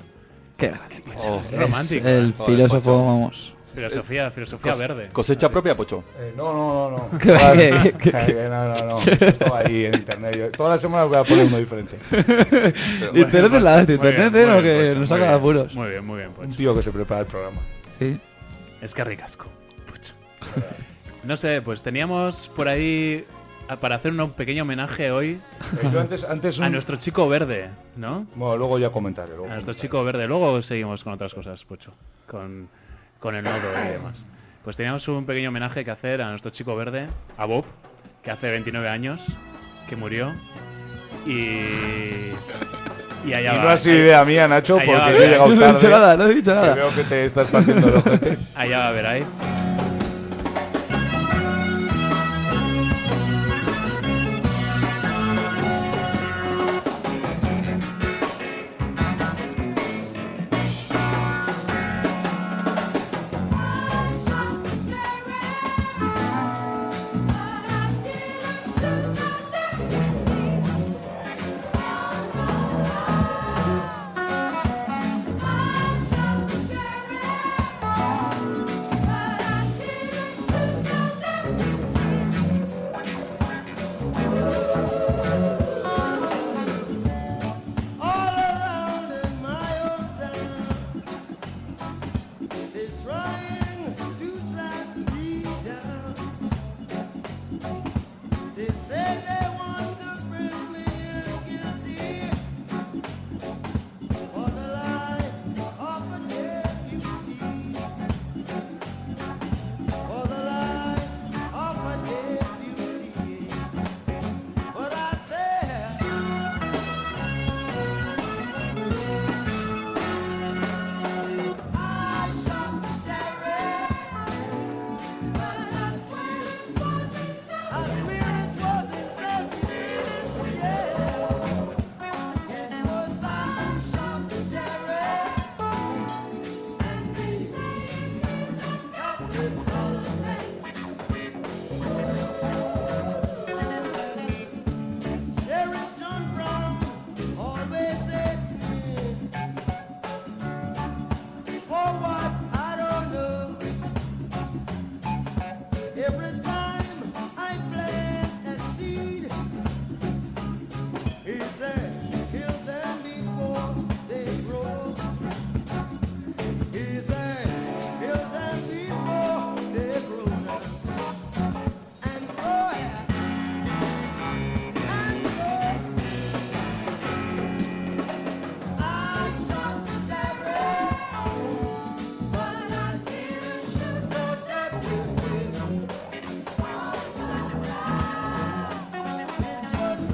[SPEAKER 5] Qué grande, Pacho.
[SPEAKER 4] Oh,
[SPEAKER 2] Romántico. pues
[SPEAKER 5] Es el
[SPEAKER 4] Joder,
[SPEAKER 5] filósofo,
[SPEAKER 4] Pacho.
[SPEAKER 5] vamos.
[SPEAKER 2] Filosofía, filosofía verde.
[SPEAKER 4] Cosecha propia, Pocho.
[SPEAKER 3] Eh, no, no, no, no.
[SPEAKER 5] ¿Qué?
[SPEAKER 3] Vale.
[SPEAKER 5] ¿Qué?
[SPEAKER 3] Eh, no, no, no. Esto ahí en internet. Yo- todas las semanas voy a poner uno diferente.
[SPEAKER 5] Internet es la hostia,
[SPEAKER 2] Muy bien,
[SPEAKER 5] internet,
[SPEAKER 2] muy
[SPEAKER 5] ¿eh?
[SPEAKER 2] bien,
[SPEAKER 5] Lo que
[SPEAKER 2] Pocho,
[SPEAKER 5] nos
[SPEAKER 2] muy
[SPEAKER 5] saca de
[SPEAKER 2] bien.
[SPEAKER 5] apuros.
[SPEAKER 2] Muy bien, muy bien, Pocho.
[SPEAKER 3] Un tío que se prepara el programa.
[SPEAKER 5] Sí.
[SPEAKER 2] Es que ricasco. Pucho. No sé, pues teníamos por ahí a- para hacer un pequeño homenaje hoy
[SPEAKER 3] Eh, yo antes, antes un...
[SPEAKER 2] a nuestro chico verde, ¿no?
[SPEAKER 3] Bueno, luego ya comentaré. Luego
[SPEAKER 2] A nuestro
[SPEAKER 3] comentaré.
[SPEAKER 2] chico verde. Luego seguimos con otras cosas, Pocho. Con, con el nodo y demás. Pues teníamos un pequeño homenaje que hacer a nuestro chico verde, a Bob, que hace 29 años, que murió. Y... Y allá
[SPEAKER 3] Y
[SPEAKER 2] va. eh,
[SPEAKER 3] no ha sido idea mía, Nacho,
[SPEAKER 2] Ahí
[SPEAKER 3] porque
[SPEAKER 2] va,
[SPEAKER 3] yo
[SPEAKER 2] ahí
[SPEAKER 3] he
[SPEAKER 2] va.
[SPEAKER 3] llegado
[SPEAKER 5] No he dicho
[SPEAKER 3] tarde.
[SPEAKER 5] nada, no he dicho
[SPEAKER 3] que
[SPEAKER 5] nada.
[SPEAKER 3] veo que te estás partiendo el ojete.
[SPEAKER 2] Allá va a ver ahí.
[SPEAKER 7] all around in my old town is trying to track me down. They say they want to bring me in guilty for the life of a deputy. For the life of a deputy. But I said. I shot the sheriff, but I swear it wasn't so. I swear it wasn't so. Yeah, it was I who shot the sheriff, and they say it doesn't have to tolerate. Sheriff John Brown always said to me. For what? I don't know. Every time I plant a seed, he said, kill them before they grow. He said, kill them before they grow. And so, and so, I shot the sheriff. But I didn't shoot no deputy. It was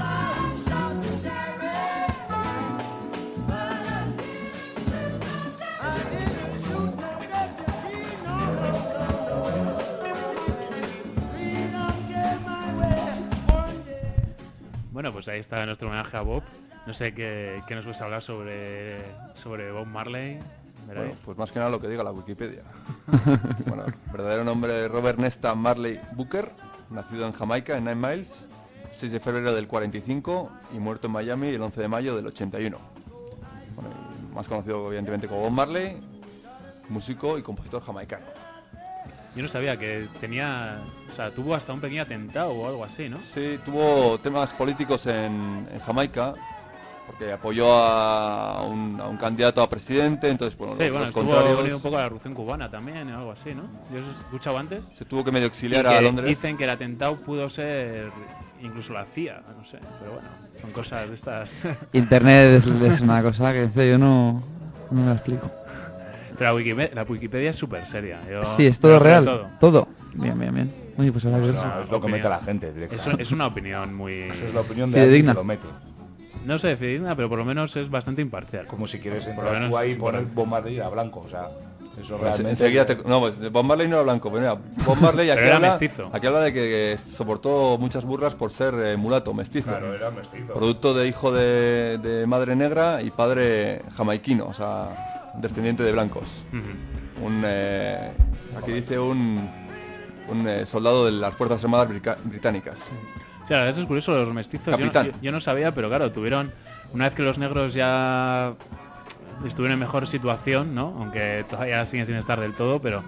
[SPEAKER 7] I who shot the sheriff. But I didn't shoot no deputy. I didn't shoot no deputy. No, no, no, no, no. Freedom came my way one day.
[SPEAKER 2] Bueno, pues ahí está nuestro homenaje a Bob. No sé qué, qué nos vais a hablar sobre, sobre Bob Marley. ¿verdad?
[SPEAKER 4] Bueno, pues más que nada lo que diga la Wikipedia. bueno, verdadero nombre Robert Nesta Marley Booker, nacido en Jamaica en Nine Miles, 6 de febrero del 45 y muerto en Miami el 11 de mayo del 81. Bueno, y más conocido evidentemente como Bob Marley, músico y compositor jamaicano.
[SPEAKER 2] Yo no sabía que tenía... O sea, tuvo hasta un pequeño atentado o algo así, ¿no?
[SPEAKER 4] Sí, tuvo temas políticos en, en Jamaica, porque apoyó a un, a un candidato a presidente, entonces bueno,
[SPEAKER 2] Sí,
[SPEAKER 4] los,
[SPEAKER 2] bueno,
[SPEAKER 4] los
[SPEAKER 2] estuvo
[SPEAKER 4] contrarios
[SPEAKER 2] unido un poco a la revolución cubana también o algo así, ¿no? Yo eso he escuchado antes.
[SPEAKER 4] se tuvo que medio
[SPEAKER 2] y
[SPEAKER 4] exiliar
[SPEAKER 2] que
[SPEAKER 4] a Londres.
[SPEAKER 2] Dicen que el atentado pudo ser incluso la CIA, no sé. Pero bueno, son cosas de estas...
[SPEAKER 5] Internet es, es una cosa que en serio no, no me la explico.
[SPEAKER 2] Pero la Wikipedia, la Wikipedia es súper seria. yo-
[SPEAKER 5] Sí, es todo
[SPEAKER 2] yo creo
[SPEAKER 5] real.
[SPEAKER 2] todo.
[SPEAKER 5] Todo. Bien, bien, bien. Uy, pues ahora que
[SPEAKER 3] No, es lo que mete a la gente
[SPEAKER 2] Es,
[SPEAKER 3] directamente.
[SPEAKER 2] un- es una opinión muy...
[SPEAKER 3] Eso es la opinión de alguien
[SPEAKER 5] Fidedigna.
[SPEAKER 3] que lo mete.
[SPEAKER 2] No sé, fidedigna, pero por lo menos es bastante imparcial.
[SPEAKER 3] Como si quieres
[SPEAKER 2] lo
[SPEAKER 3] entrar
[SPEAKER 2] menos
[SPEAKER 3] tú ahí y
[SPEAKER 2] es
[SPEAKER 3] poner
[SPEAKER 2] importante.
[SPEAKER 3] bombardir a blanco. O sea, eso
[SPEAKER 4] Pues
[SPEAKER 3] realmente...
[SPEAKER 4] enseguida te- No, pues Bob Marley no era blanco, pero era Bob Marley aquí,
[SPEAKER 2] Pero era
[SPEAKER 4] habla,
[SPEAKER 2] mestizo.
[SPEAKER 4] aquí habla de que soportó muchas burlas por ser eh, mulato, mestizo.
[SPEAKER 3] Claro, era mestizo.
[SPEAKER 4] Producto de hijo de, de madre negra y padre jamaiquino, o sea, descendiente de blancos.
[SPEAKER 2] Ujú.
[SPEAKER 4] Un, eh, aquí dice un, un, eh, soldado de las Fuerzas Armadas Brica- Británicas.
[SPEAKER 2] O sea, eso es curioso, los mestizos. yo no-
[SPEAKER 4] Capitán.
[SPEAKER 2] Yo, yo no sabía, pero claro, tuvieron. Una vez que los negros ya estuvieron en mejor situación, ¿no? Aunque todavía siguen sin estar del todo, pero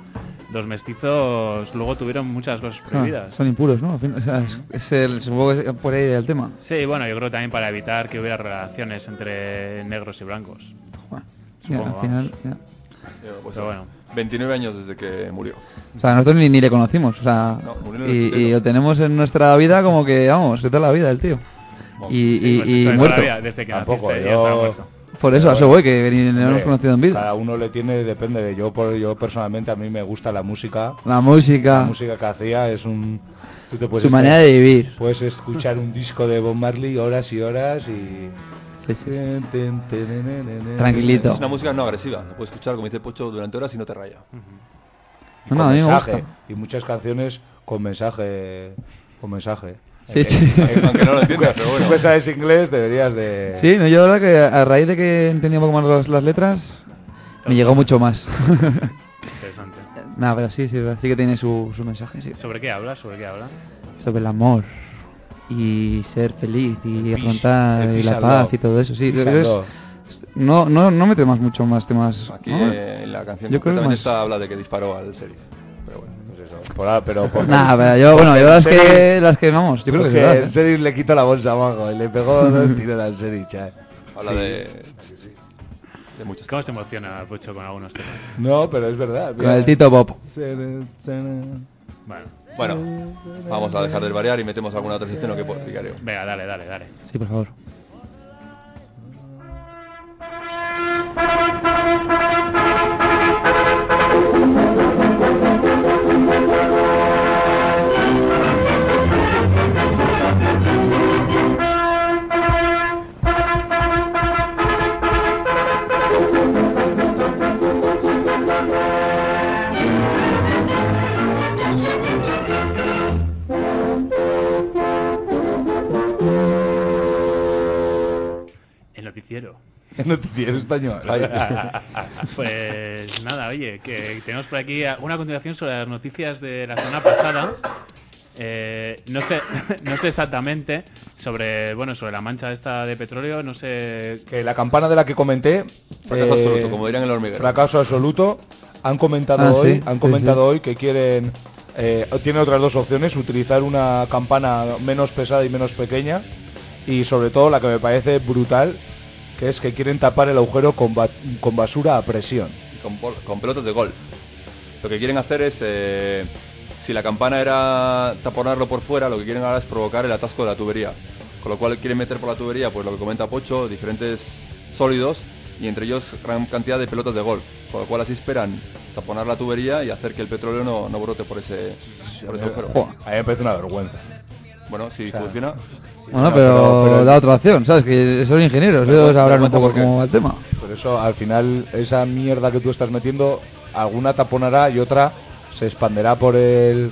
[SPEAKER 2] los mestizos luego tuvieron muchas cosas
[SPEAKER 5] Ah,
[SPEAKER 2] prohibidas.
[SPEAKER 5] son impuros, ¿no? Al fin- o sea, es, es el, supongo que es por ahí el tema.
[SPEAKER 2] Sí, bueno, yo creo que también para evitar que hubiera relaciones entre negros y blancos.
[SPEAKER 3] Pues
[SPEAKER 5] Bueno,
[SPEAKER 2] Supongo,
[SPEAKER 5] ya, al final, ya.
[SPEAKER 4] Eh, pues,
[SPEAKER 2] Pero bueno.
[SPEAKER 4] 29 años desde que murió.
[SPEAKER 5] O sea, nosotros ni, ni le conocimos. O sea,
[SPEAKER 4] No, murió en el
[SPEAKER 5] y, y
[SPEAKER 4] exilio.
[SPEAKER 5] lo tenemos en nuestra vida como que, vamos, de toda la vida el tío. Y,
[SPEAKER 2] Sí,
[SPEAKER 5] y-
[SPEAKER 2] pues eso de
[SPEAKER 5] y
[SPEAKER 2] toda la
[SPEAKER 5] muerto.
[SPEAKER 2] vida, desde que
[SPEAKER 3] Tampoco,
[SPEAKER 2] naciste ya
[SPEAKER 3] yo-
[SPEAKER 2] estaba muerto.
[SPEAKER 5] Por eso, a eso voy, que ni- ni lo hemos
[SPEAKER 3] Hombre,
[SPEAKER 5] conocido en vida.
[SPEAKER 3] Cada uno le tiene, depende de yo, por, yo personalmente a mí me gusta la música.
[SPEAKER 5] La música,
[SPEAKER 3] La música pues que hacía es un... tú te
[SPEAKER 5] su
[SPEAKER 3] puedes estar-
[SPEAKER 5] manera de vivir.
[SPEAKER 3] Puedes escuchar un disco de Bob Marley horas y horas y...
[SPEAKER 5] Sí, sí, sí, sí.
[SPEAKER 4] Es
[SPEAKER 5] Tranquilito.
[SPEAKER 4] una música no agresiva, la puedes escuchar, como dice Pocho, durante horas y no te raya.
[SPEAKER 3] Y
[SPEAKER 5] No,
[SPEAKER 3] con
[SPEAKER 5] a mí me
[SPEAKER 3] mensaje.
[SPEAKER 5] gusta.
[SPEAKER 3] Y muchas canciones con mensaje. Con mensaje. Eh,
[SPEAKER 5] Sí, sí.
[SPEAKER 4] Aunque no lo entiendas, pero bueno.
[SPEAKER 3] Tú que sabes inglés, deberías de...
[SPEAKER 5] Sí, no, yo la verdad que a raíz de que entendí un poco más las, las letras, me llegó mucho más.
[SPEAKER 2] Interesante.
[SPEAKER 5] Nada, pero sí, sí, es verdad, sí que tiene su, su mensaje, sí.
[SPEAKER 2] ¿Sobre qué habla? ¿Sobre qué habla?
[SPEAKER 5] Sobre el amor y ser feliz y
[SPEAKER 3] El pis-
[SPEAKER 5] afrontar
[SPEAKER 3] el
[SPEAKER 5] y la
[SPEAKER 3] písalo.
[SPEAKER 5] paz y todo eso, sí. creo que es-
[SPEAKER 3] Písalo.
[SPEAKER 5] no, no, no metemos mucho más temas.
[SPEAKER 4] Aquí
[SPEAKER 3] Ah,
[SPEAKER 5] ¿no?
[SPEAKER 4] eh, en la canción
[SPEAKER 5] Yo creo que
[SPEAKER 4] concretamente
[SPEAKER 5] más-
[SPEAKER 4] está habla de que disparó al sheriff. Pero bueno.
[SPEAKER 3] Pues eso, por ahora, pero por-
[SPEAKER 5] Nada, pero yo, bueno, yo las que, las que, vamos, yo creo que es
[SPEAKER 3] porque
[SPEAKER 5] verdad,
[SPEAKER 3] el
[SPEAKER 5] ¿eh?
[SPEAKER 3] Serif le quitó la bolsa, mago, y le pegó dos tiros al Serif, chaval.
[SPEAKER 4] Habla
[SPEAKER 3] Sí.
[SPEAKER 4] de, de muchas
[SPEAKER 2] ¿Cómo se emociona Pucho con algunos temas?
[SPEAKER 3] No, pero es verdad.
[SPEAKER 5] Con el Tito Bob.
[SPEAKER 2] Bueno,
[SPEAKER 4] Bueno, vamos a dejar de variar y metemos alguna otra sección o que pueda, Vicario.
[SPEAKER 2] venga, dale, dale, dale.
[SPEAKER 5] Sí, por favor.
[SPEAKER 2] El noticiero.
[SPEAKER 3] Noticiero español.
[SPEAKER 2] Pues nada, oye, que tenemos por aquí a- una continuación sobre las noticias de la semana pasada. Eh, no sé, no sé exactamente sobre, bueno, sobre la mancha esta de petróleo, no sé.
[SPEAKER 3] que la campana de la que comenté... eh,
[SPEAKER 4] Fracaso absoluto, como dirían en el hormiguero.
[SPEAKER 3] fracaso absoluto. Han comentado
[SPEAKER 5] Ah,
[SPEAKER 3] hoy,
[SPEAKER 5] sí,
[SPEAKER 3] han
[SPEAKER 5] sí,
[SPEAKER 3] comentado hoy que quieren eh, tienen otras dos opciones, utilizar una campana menos pesada y menos pequeña y sobre todo la que me parece brutal, que es que quieren tapar el agujero con, ba- con basura a presión.
[SPEAKER 4] con, bol- con pelotas de golf. Lo que quieren hacer es, eh, si la campana era taponarlo por fuera, lo que quieren ahora es provocar el atasco de la tubería. Con lo cual quieren meter por la tubería, pues lo que comenta Pocho, diferentes sólidos y entre ellos gran cantidad de pelotas de golf. Con lo cual así esperan taponar la tubería y hacer que el petróleo no, no brote por ese, por ese agujero.
[SPEAKER 3] A mí me parece una vergüenza.
[SPEAKER 4] Bueno, si
[SPEAKER 3] O sea,
[SPEAKER 4] funciona,
[SPEAKER 5] Bueno,
[SPEAKER 3] no,
[SPEAKER 5] pero,
[SPEAKER 3] pero- pero-
[SPEAKER 5] da otra opción, ¿sabes? Que son ingenieros,
[SPEAKER 4] Pero
[SPEAKER 5] ellos
[SPEAKER 4] cuenta-
[SPEAKER 5] sabrán un
[SPEAKER 4] cuenta
[SPEAKER 5] poco
[SPEAKER 4] por qué.
[SPEAKER 5] cómo va el tema.
[SPEAKER 3] Por eso al final esa mierda que tú estás metiendo, alguna taponará y otra se expanderá por el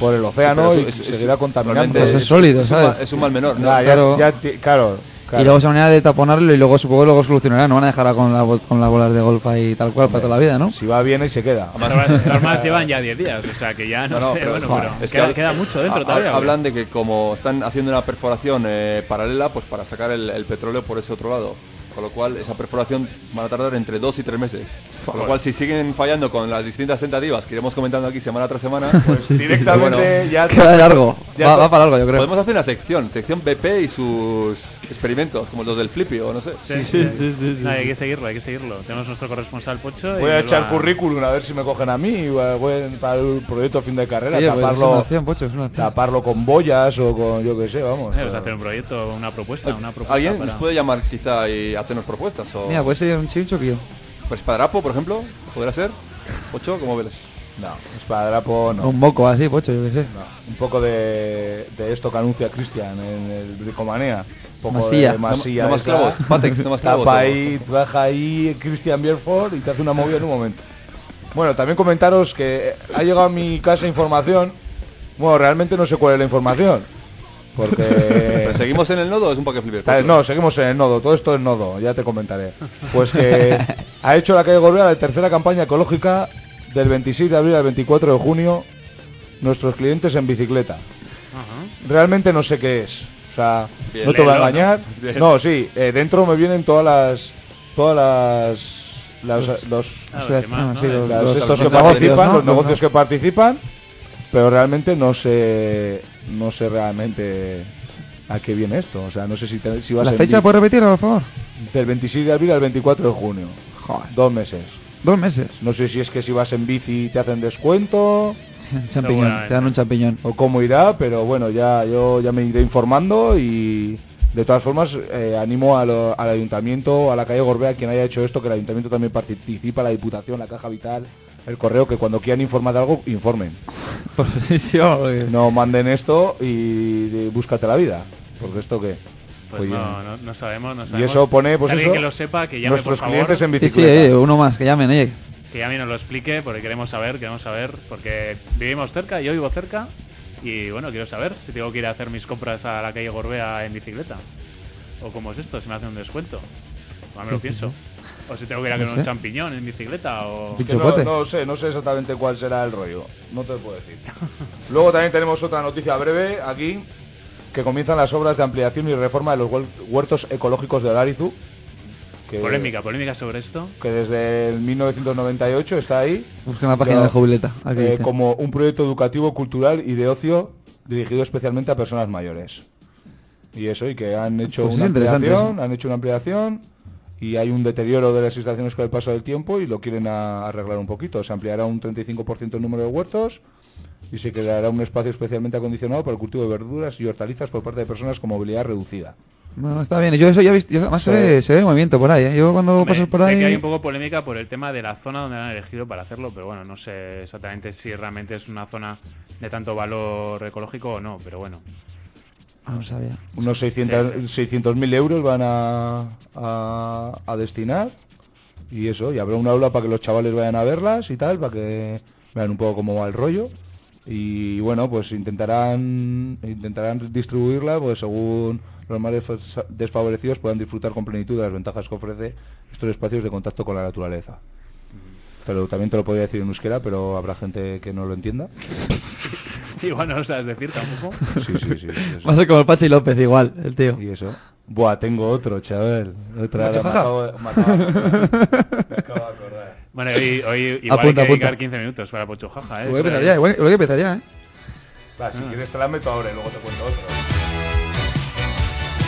[SPEAKER 3] por el océano
[SPEAKER 4] pero eso-
[SPEAKER 3] y
[SPEAKER 4] eso-
[SPEAKER 3] seguirá
[SPEAKER 4] eso
[SPEAKER 3] contaminando.
[SPEAKER 4] realmente
[SPEAKER 5] Pues es sólido,
[SPEAKER 4] un mal-
[SPEAKER 5] ¿sabes?
[SPEAKER 4] es un mal menor. ¿no?
[SPEAKER 3] Ya, ya-
[SPEAKER 5] claro.
[SPEAKER 3] ya ti- claro, claro.
[SPEAKER 5] Y luego esa manera de taponarlo y luego supongo que luego solucionarán, no van a dejarla con, la bol- con las bolas de golf ahí tal cual para toda la vida, ¿no?
[SPEAKER 3] Si va bien y se queda.
[SPEAKER 2] Las las más llevan ya 10 días, o sea que ya no,
[SPEAKER 4] No, no,
[SPEAKER 2] sé,
[SPEAKER 4] pero-
[SPEAKER 2] bueno,
[SPEAKER 4] joder,
[SPEAKER 2] pero
[SPEAKER 4] es que
[SPEAKER 2] queda,
[SPEAKER 4] hab-
[SPEAKER 2] queda mucho dentro
[SPEAKER 4] ha-
[SPEAKER 2] todavía.
[SPEAKER 4] ha- Hablan de que como están haciendo una perforación eh, paralela, pues para sacar el, el petróleo por ese otro lado. Con lo cual esa perforación van a tardar entre dos y tres meses. Con lo cual si siguen fallando con las distintas tentativas que iremos comentando aquí semana tras semana, pues
[SPEAKER 3] Directamente
[SPEAKER 4] bueno,
[SPEAKER 3] ya
[SPEAKER 5] Queda largo,
[SPEAKER 3] ya
[SPEAKER 5] va,
[SPEAKER 3] to-
[SPEAKER 5] va para largo yo creo.
[SPEAKER 4] podemos hacer una sección, sección BP y sus experimentos, como los del Flippy o no sé.
[SPEAKER 2] Sí, sí, No, hay que seguirlo, hay que seguirlo. Tenemos nuestro corresponsal Pocho. y
[SPEAKER 3] voy a
[SPEAKER 2] nos
[SPEAKER 3] echar
[SPEAKER 2] va-
[SPEAKER 3] currículum a ver si me cogen a mí o voy para el proyecto fin de carrera,
[SPEAKER 5] Oye, pues, es una
[SPEAKER 3] taparlo,
[SPEAKER 5] opción, Pocho, es una opción.
[SPEAKER 3] taparlo con boyas o con yo qué sé, vamos.
[SPEAKER 2] Eh, pues, hacer un proyecto, una propuesta, una propuesta.
[SPEAKER 4] Eh, ¿Alguien
[SPEAKER 2] para-
[SPEAKER 4] nos puede llamar quizá y hacernos propuestas? O...
[SPEAKER 5] Mira, puede ser un chincho que yo.
[SPEAKER 4] Pues Padrapo, por ejemplo, podrá ser. Ocho, como ves.
[SPEAKER 3] No, espadrapo no.
[SPEAKER 5] Un moco así, Pocho, yo qué sé.
[SPEAKER 3] No, Un poco de, de esto que anuncia Cristian en el Bricomanía. Un poco
[SPEAKER 5] Masilla.
[SPEAKER 3] de masilla.
[SPEAKER 4] No- no más
[SPEAKER 3] esa.
[SPEAKER 4] clavos, Patex, no más clavos,
[SPEAKER 3] Tapa
[SPEAKER 4] no.
[SPEAKER 3] ahí, baja ahí Cristian Bierford y te hace una movida en un momento. Bueno, también comentaros que ha llegado a mi casa información. Bueno, realmente no sé cuál es la información. Porque...
[SPEAKER 4] ¿Pero seguimos en el nodo o es un poco flipper?
[SPEAKER 3] Está- no, seguimos en el nodo, todo esto es nodo, ya te comentaré. Pues que ha hecho la calle Gorbea la tercera campaña ecológica del 26 de abril al 24 de junio, nuestros clientes en bicicleta.
[SPEAKER 2] Ajá.
[SPEAKER 3] Realmente no sé qué es. O sea,
[SPEAKER 4] Bien,
[SPEAKER 3] no te voy a
[SPEAKER 2] léelo, ¿no?
[SPEAKER 3] engañar.
[SPEAKER 4] Bien.
[SPEAKER 3] No, sí, eh, dentro me vienen todas las todas las Las- los,
[SPEAKER 2] Ah,
[SPEAKER 5] O
[SPEAKER 2] los
[SPEAKER 5] sea,
[SPEAKER 2] demás,
[SPEAKER 5] no,
[SPEAKER 2] ¿no?
[SPEAKER 5] sí, los-
[SPEAKER 3] las-
[SPEAKER 5] los-
[SPEAKER 3] estos que
[SPEAKER 5] los
[SPEAKER 3] participan,
[SPEAKER 5] negocios,
[SPEAKER 3] los
[SPEAKER 5] ¿no?
[SPEAKER 3] negocios que participan, pero realmente no sé, no sé realmente a qué viene esto. O sea, no sé si, te- si va a
[SPEAKER 5] ¿La
[SPEAKER 3] ser
[SPEAKER 5] fecha pues- puedes repetirla, por favor?
[SPEAKER 3] del 26 de abril al 24 de junio.
[SPEAKER 5] Joder,
[SPEAKER 3] Dos meses.
[SPEAKER 5] dos meses.
[SPEAKER 3] No sé si es que si vas en bici te hacen descuento
[SPEAKER 5] Un champiñón, te dan un champiñón.
[SPEAKER 3] o cómo irá, pero bueno, ya yo ya me iré informando y de todas formas eh, animo a lo- al ayuntamiento, a la calle Gorbea, quien haya hecho esto, que el ayuntamiento también participa, la diputación, la caja vital, el correo, que cuando quieran informar de algo, informen.
[SPEAKER 5] Por sí, sí, oh, eh.
[SPEAKER 3] No manden esto y de- búscate la vida, porque esto qué.
[SPEAKER 2] Pues
[SPEAKER 3] Oye,
[SPEAKER 2] no, no, no sabemos, no sabemos.
[SPEAKER 3] eso pone, pues
[SPEAKER 2] Si alguien
[SPEAKER 3] eso,
[SPEAKER 2] que lo sepa, que llame,
[SPEAKER 3] Nuestros
[SPEAKER 2] por favor,
[SPEAKER 3] clientes en
[SPEAKER 5] Sí, sí,
[SPEAKER 3] bicicleta.
[SPEAKER 5] eh, uno más, que llamen, oye.
[SPEAKER 2] que llame y nos lo explique, porque queremos saber, queremos saber, porque vivimos cerca, yo vivo cerca, y bueno, quiero saber si tengo que ir a hacer mis compras a la calle Gorbea en bicicleta. O cómo es esto, si me hacen un descuento. Ahora me lo pienso. O si tengo que ir a
[SPEAKER 5] No
[SPEAKER 2] comer un
[SPEAKER 5] sé.
[SPEAKER 2] champiñón en bicicleta, o...
[SPEAKER 3] Es que no,
[SPEAKER 5] Chocote.
[SPEAKER 3] no sé, no sé exactamente cuál será el rollo. No te lo puedo decir. Luego también tenemos otra noticia breve aquí, que comienzan las obras de ampliación y reforma de los huel- huertos ecológicos de Olarizu. Que,
[SPEAKER 2] Polémica, polémica sobre esto.
[SPEAKER 3] Que desde el 1998 está ahí.
[SPEAKER 5] Busquen la página
[SPEAKER 3] Yo,
[SPEAKER 5] de Jubileta. a ver qué
[SPEAKER 3] eh,
[SPEAKER 5] dice.
[SPEAKER 3] como un proyecto educativo, cultural y de ocio dirigido especialmente a personas mayores. Y eso, y que han hecho
[SPEAKER 5] Pues es
[SPEAKER 3] una
[SPEAKER 5] interesante
[SPEAKER 3] ampliación, han hecho una ampliación y hay un deterioro de las instalaciones con el paso del tiempo y lo quieren a- arreglar un poquito. Se ampliará un 35% el número de huertos y se creará un espacio especialmente acondicionado para el cultivo de verduras y hortalizas por parte de personas con movilidad reducida.
[SPEAKER 5] No, está bien. Yo eso ya he visto. yo- además se
[SPEAKER 3] Sí.
[SPEAKER 5] ve, se ve movimiento por ahí, ¿eh? Yo cuando
[SPEAKER 2] Hombre,
[SPEAKER 5] pasas por
[SPEAKER 2] sé
[SPEAKER 5] ahí.
[SPEAKER 2] que hay un poco polémica por el tema de la zona donde han elegido para hacerlo, pero bueno, no sé exactamente si realmente es una zona de tanto valor ecológico o no, pero bueno.
[SPEAKER 5] Ah, no sabía.
[SPEAKER 3] Unos 600 600.000 euros van a, a- a destinar y eso, y habrá un aula para que los chavales vayan a verlas y tal, para que vean un poco cómo va el rollo. Y bueno, pues intentarán intentarán distribuirla pues según los más desfa- desfavorecidos puedan disfrutar con plenitud de las ventajas que ofrece estos espacios de contacto con la naturaleza. Pero también te lo podría decir en euskera, pero habrá gente que no lo entienda.
[SPEAKER 2] Igual no lo sabes decir tampoco.
[SPEAKER 3] Sí, sí, sí. eso.
[SPEAKER 5] Va a ser como el Pachi López igual, el tío.
[SPEAKER 3] Y eso. Buah, tengo otro, chaval. Otra
[SPEAKER 5] ¿Macho
[SPEAKER 3] ahora me
[SPEAKER 5] jaja?
[SPEAKER 3] acabo de- me acabo de acordar. Me acabo de acordar.
[SPEAKER 2] Bueno, hoy, hoy igual hay
[SPEAKER 5] Apunta,
[SPEAKER 2] que dedicar
[SPEAKER 5] apunta.
[SPEAKER 2] 15 minutos para Pocho Jaja, ¿eh?
[SPEAKER 5] Voy a empezar ya, igual, igual que empezar ya, ¿eh?
[SPEAKER 3] Va,
[SPEAKER 4] Ah.
[SPEAKER 3] si quieres te la meto ahora y luego te cuento otro.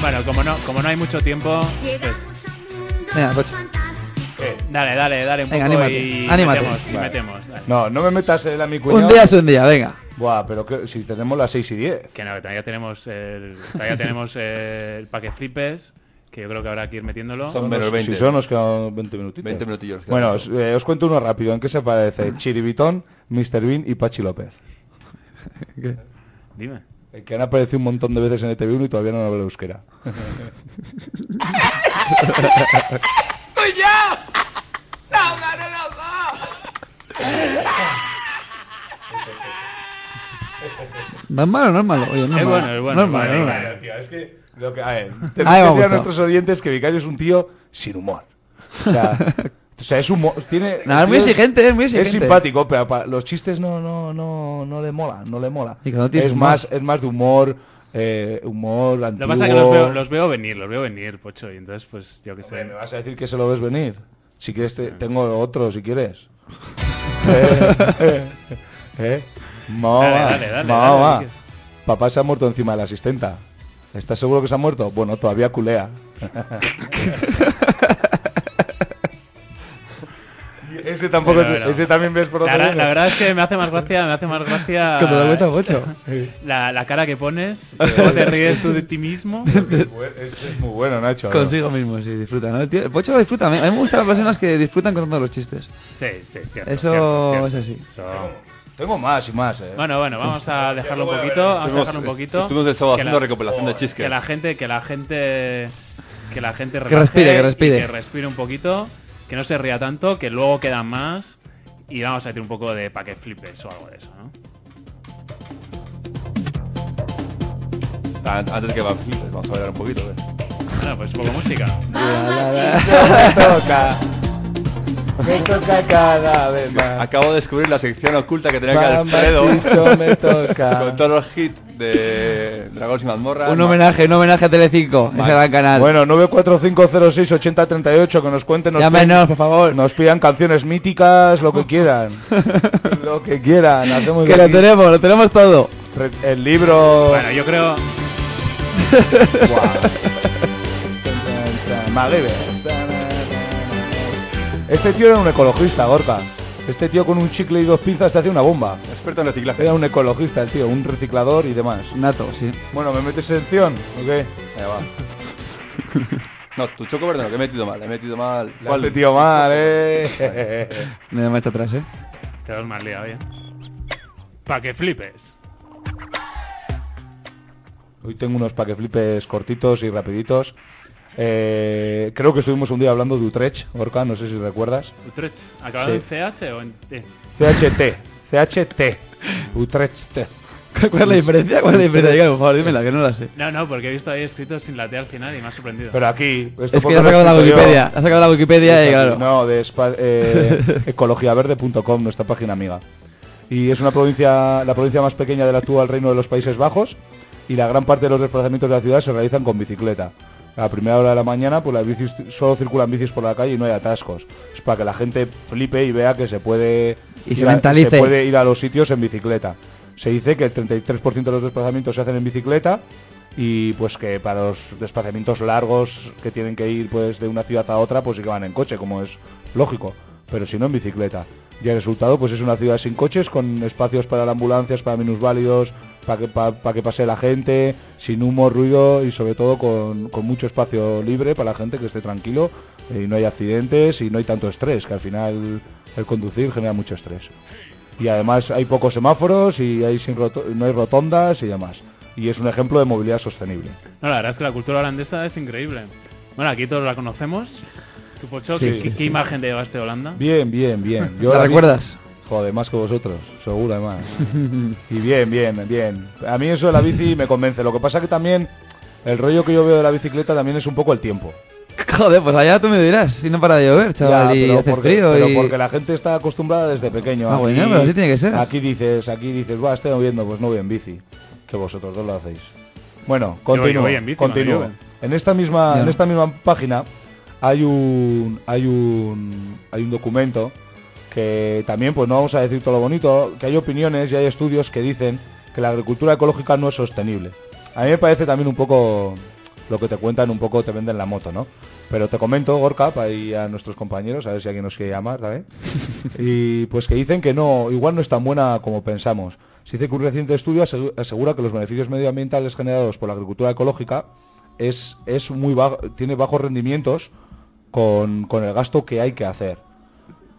[SPEAKER 2] Bueno, como no, como no hay mucho tiempo, pues eh,
[SPEAKER 7] Llegamos a un mundo
[SPEAKER 5] Venga, Pocho.
[SPEAKER 7] fantástico.
[SPEAKER 2] dale, dale, dale un
[SPEAKER 5] Venga,
[SPEAKER 2] poco
[SPEAKER 5] anímate,
[SPEAKER 2] y
[SPEAKER 5] anímate.
[SPEAKER 2] metemos, y
[SPEAKER 3] Vale.
[SPEAKER 2] metemos, dale.
[SPEAKER 3] No, no me metas el a mi cuñado.
[SPEAKER 5] Un día es un día, venga.
[SPEAKER 3] Buah, pero que, si tenemos las 6 y 10.
[SPEAKER 2] Que no, que todavía tenemos el, todavía tenemos el paque flipes, que yo creo que habrá que ir metiéndolo.
[SPEAKER 4] Son menos 20.
[SPEAKER 3] Si son, nos quedan 20 minutitos.
[SPEAKER 4] 20 minutillos,
[SPEAKER 3] Bueno,
[SPEAKER 4] claro. Ah.
[SPEAKER 3] os, eh, os cuento uno rápido. ¿En qué se parece? Chiribitón, Mr. Bean y Pachi López.
[SPEAKER 2] Dime.
[SPEAKER 3] Eh, Que han aparecido un montón de veces en E ETV1 y todavía no hablan euskera.
[SPEAKER 5] ¿No es malo no es malo? Oye, no es,
[SPEAKER 2] Es
[SPEAKER 5] malo.
[SPEAKER 2] bueno, es bueno,
[SPEAKER 5] No
[SPEAKER 2] vale,
[SPEAKER 5] es malo, no es
[SPEAKER 2] vale.
[SPEAKER 5] malo.
[SPEAKER 3] Claro, tío, es que lo que, a ver, tenemos que
[SPEAKER 5] Ahí me ha
[SPEAKER 3] decir a
[SPEAKER 5] gustado.
[SPEAKER 3] nuestros oyentes que Vicario es un tío sin humor. O sea, o sea, es humor, tiene
[SPEAKER 5] No, es muy
[SPEAKER 3] el tío
[SPEAKER 5] exigente, es muy exigente.
[SPEAKER 3] Es simpático, pero pa- los chistes no no no no le mola, no le mola.
[SPEAKER 5] Y cuando tienes
[SPEAKER 3] Es
[SPEAKER 5] humor.
[SPEAKER 3] más es más de humor eh, humor
[SPEAKER 2] Lo
[SPEAKER 3] antiguo.
[SPEAKER 2] que pasa es que los veo, los veo venir, los veo venir, Pocho, y entonces pues yo qué sé.
[SPEAKER 3] Hombre, me vas a decir que se lo ves venir. Si quieres te- tengo otro si quieres. eh, eh, eh. Mamá,
[SPEAKER 2] Dale, dale, dale,
[SPEAKER 3] mamá.
[SPEAKER 2] dale, Vicky.
[SPEAKER 3] Papá se ha muerto encima de la asistenta. ¿Estás seguro que se ha muerto? Bueno, todavía culea. Y ese tampoco,
[SPEAKER 2] Bueno, bueno.
[SPEAKER 3] ese también ves por
[SPEAKER 2] La,
[SPEAKER 3] otro
[SPEAKER 2] verdad- la verdad es que me hace más gracia, me hace más gracia
[SPEAKER 5] Como lo cuenta Pocho.
[SPEAKER 2] la, la cara que pones, cómo te ríes tú de ti mismo.
[SPEAKER 3] Ese es muy bueno, Nacho. ¿no?
[SPEAKER 5] Consigo mismo, sí, disfruta, ¿no? El tío- el Pocho lo disfruta. A mí a mí me gustan las personas que disfrutan contando los chistes.
[SPEAKER 2] Sí, sí, cierto,
[SPEAKER 5] Eso
[SPEAKER 2] cierto, cierto.
[SPEAKER 5] es así.
[SPEAKER 2] Eso-
[SPEAKER 3] Tengo más y más, eh.
[SPEAKER 2] Bueno, bueno, vamos a dejarlo un poquito, vamos a dejarlo un poquito.
[SPEAKER 4] Estuvimos el sábado
[SPEAKER 2] Que la-
[SPEAKER 4] haciendo recopilación de
[SPEAKER 2] que
[SPEAKER 4] chisques.
[SPEAKER 2] la gente, que la gente, que la gente
[SPEAKER 5] Que respire,
[SPEAKER 2] relaje
[SPEAKER 5] que
[SPEAKER 2] y
[SPEAKER 5] respire.
[SPEAKER 2] que respire un poquito, que no se ría tanto, que luego quedan más y vamos a decir un poco de pa' que flipes o algo de eso, ¿no?
[SPEAKER 4] An- Antes que va flipes, vamos a bailar un ¿eh? poquito. a ver.
[SPEAKER 2] Bueno, pues un poco música.
[SPEAKER 7] Mamachita,
[SPEAKER 3] Toca. Me toca cada vez más.
[SPEAKER 4] Acabo de descubrir la sección oculta que tenía que
[SPEAKER 3] Bamba,
[SPEAKER 4] Alfredo.
[SPEAKER 3] chicho, me toca.
[SPEAKER 4] Con todos los hits de Dragón y Mazmorra.
[SPEAKER 5] Un
[SPEAKER 4] Ma-
[SPEAKER 5] homenaje, un homenaje a Telecinco, ese gran canal.
[SPEAKER 3] Bueno, 945068038, que nos cuenten, nos
[SPEAKER 5] Llámenos, por favor.
[SPEAKER 3] Nos pidan canciones míticas, lo que quieran. lo que quieran, hacemos
[SPEAKER 5] que lo
[SPEAKER 3] aquí
[SPEAKER 5] tenemos, lo tenemos todo.
[SPEAKER 3] re- el libro.
[SPEAKER 2] Bueno, yo creo.
[SPEAKER 3] Guau. MacGyver. Este tío era un ecologista, Gorka. Este tío con un chicle y dos pinzas te hace una bomba.
[SPEAKER 4] Experto en reciclaje.
[SPEAKER 3] Era un ecologista el tío, un reciclador y demás.
[SPEAKER 5] Nato, sí.
[SPEAKER 3] Bueno, ¿me metes sección? ¿O qué?
[SPEAKER 4] Ahí va. No, tu choco verde no, que he metido mal, he metido mal.
[SPEAKER 3] Le hace tío mal, eh.
[SPEAKER 5] Me da marcha atrás, eh.
[SPEAKER 2] Te das más liado, bien. Pa' que flipes.
[SPEAKER 3] Hoy tengo unos pa' que flipes cortitos y rapiditos. Eh, creo que estuvimos un día hablando de Utrecht, Gorka, no sé si recuerdas.
[SPEAKER 2] Utrecht, ¿acabado
[SPEAKER 3] Sí.
[SPEAKER 2] en CH o en T?
[SPEAKER 3] CHT, CHT, Utrecht.
[SPEAKER 5] ¿Cuál es la diferencia? ¿Cuál es la diferencia? Dígame, por favor, dímela, que no la sé.
[SPEAKER 2] No, no, porque he visto ahí escrito sin la T al final y me ha sorprendido.
[SPEAKER 3] Pero aquí... esto
[SPEAKER 5] Es
[SPEAKER 3] porque
[SPEAKER 5] que
[SPEAKER 3] lo
[SPEAKER 5] ha
[SPEAKER 3] he
[SPEAKER 5] sacado la
[SPEAKER 3] escrito yo.
[SPEAKER 5] Wikipedia, ha sacado la Wikipedia y claro.
[SPEAKER 3] No, de espa- eh, ecologiaverde.com, nuestra página amiga. Y es una provincia, la provincia más pequeña del actual Reino de los Países Bajos y la gran parte de los desplazamientos de la ciudad se realizan con bicicleta. A primera hora de la mañana, pues las bicis solo circulan bicis por la calle y no hay atascos. Es para que la gente flipe y vea que se puede
[SPEAKER 5] Y se
[SPEAKER 3] ir a-
[SPEAKER 5] mentalice.
[SPEAKER 3] se puede ir a los sitios en bicicleta. Se dice que el 33% de los desplazamientos se hacen en bicicleta y pues que para los desplazamientos largos que tienen que ir pues de una ciudad a otra pues sí que van en coche, como es lógico, pero si no en bicicleta. Y el resultado pues es una ciudad sin coches, con espacios para las ambulancias, para minusválidos, para que, pa- pa que pase la gente, sin humo, ruido y sobre todo con, con mucho espacio libre para la gente que esté tranquilo eh, y no hay accidentes y no hay tanto estrés, que al final el conducir genera mucho estrés. Y además hay pocos semáforos y hay sin roto- no hay rotondas y demás. Y es un ejemplo de movilidad sostenible.
[SPEAKER 2] No, la verdad es que la cultura holandesa es increíble. Bueno, aquí todos la conocemos. ¿Tú, Pocho,
[SPEAKER 3] Sí,
[SPEAKER 2] ¿qué,
[SPEAKER 3] sí,
[SPEAKER 2] qué imagen te llevaste de Holanda?
[SPEAKER 3] Bien, bien, bien. Yo
[SPEAKER 5] ¿La
[SPEAKER 3] vi-
[SPEAKER 5] recuerdas?
[SPEAKER 3] Joder, más que vosotros, seguro además. y bien, bien, bien. A mí eso de la bici me convence. Lo que pasa que también el rollo que yo veo de la bicicleta también es un poco el tiempo.
[SPEAKER 5] Joder, pues allá tú me dirás, si no para de llover, chaval,
[SPEAKER 3] Ya,
[SPEAKER 5] y hace
[SPEAKER 3] porque,
[SPEAKER 5] frío
[SPEAKER 3] pero
[SPEAKER 5] y...
[SPEAKER 3] porque la gente está acostumbrada desde pequeño.
[SPEAKER 5] Ah, bueno, pero así tiene que ser.
[SPEAKER 3] Aquí dices, aquí dices, va, estoy moviendo, pues no voy en bici. Que vosotros dos lo hacéis.
[SPEAKER 2] Yo-
[SPEAKER 3] Bueno,
[SPEAKER 2] yo
[SPEAKER 3] continúo.
[SPEAKER 2] voy en bici,
[SPEAKER 3] continúo.
[SPEAKER 2] no llueve.
[SPEAKER 3] en esta misma,
[SPEAKER 5] Ya.
[SPEAKER 3] en esta misma página hay un, hay un, hay un documento que también, pues no vamos a decir todo lo bonito, que hay opiniones y hay estudios que dicen que la agricultura ecológica no es sostenible. A mí me parece también un poco lo que te cuentan, un poco te venden la moto, ¿no? Pero te comento, Gorka, pa- y a nuestros compañeros, a ver si alguien nos quiere llamar, ¿sabes? Y pues que dicen que no, igual no es tan buena como pensamos. Se dice que un reciente estudio asegu- asegura que los beneficios medioambientales generados por la agricultura ecológica es, es muy bajo, tiene bajos rendimientos con, con el gasto que hay que hacer.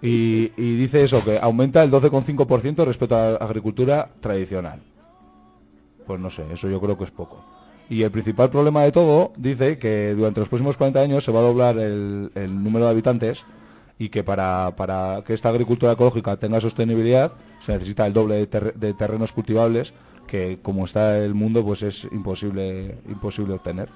[SPEAKER 3] Y, y dice eso, que aumenta el 12,5% respecto a la agricultura tradicional. Pues no sé, eso yo creo que es poco. Y el principal problema de todo dice que durante los próximos 40 años se va a doblar el, el número de habitantes y que para, para que esta agricultura ecológica tenga sostenibilidad se necesita el doble de, terre- de terrenos cultivables que como está el mundo pues es imposible, imposible obtener.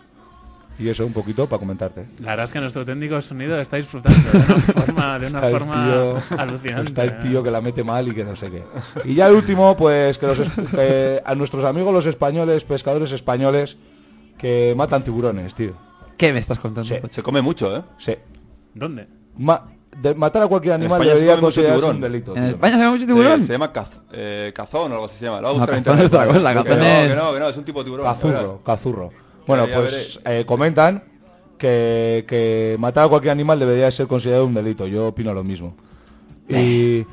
[SPEAKER 3] Y eso un poquito para comentarte.
[SPEAKER 2] La verdad es que nuestro técnico de sonido está disfrutando de una forma, de una
[SPEAKER 3] Está el
[SPEAKER 2] forma
[SPEAKER 3] tío-
[SPEAKER 2] alucinante. ¿eh?
[SPEAKER 3] Está el tío que la mete mal y que no sé qué. Y ya el último, pues que, los, es- que a nuestros amigos los españoles, pescadores españoles, que matan tiburones, tío.
[SPEAKER 5] ¿Qué me estás contando,
[SPEAKER 3] Sí.
[SPEAKER 5] Pocho?
[SPEAKER 4] Se come mucho, ¿eh?
[SPEAKER 3] Sí.
[SPEAKER 2] ¿Dónde?
[SPEAKER 3] Ma- de- matar a cualquier animal
[SPEAKER 4] España se
[SPEAKER 3] debería
[SPEAKER 4] come mucho
[SPEAKER 3] considerarse un
[SPEAKER 4] tiburón.
[SPEAKER 3] delito.
[SPEAKER 5] ¿En
[SPEAKER 3] tío.
[SPEAKER 5] España se ve mucho
[SPEAKER 4] Se-
[SPEAKER 5] tiburón?
[SPEAKER 4] Se, llama caz- eh, cazón o algo así se llama. Lo voy a
[SPEAKER 5] No,
[SPEAKER 4] buscar en
[SPEAKER 5] cazón es
[SPEAKER 4] internet.
[SPEAKER 5] otra cosa,
[SPEAKER 4] Que
[SPEAKER 5] cazón
[SPEAKER 4] no,
[SPEAKER 5] es-
[SPEAKER 4] Que no, que no, es un tipo de tiburón. ya verás.
[SPEAKER 3] Cazurro, cazurro. Bueno,
[SPEAKER 4] Ya, ya
[SPEAKER 3] pues eh, comentan que, que matar a cualquier animal debería ser considerado un delito. Yo opino lo mismo. Y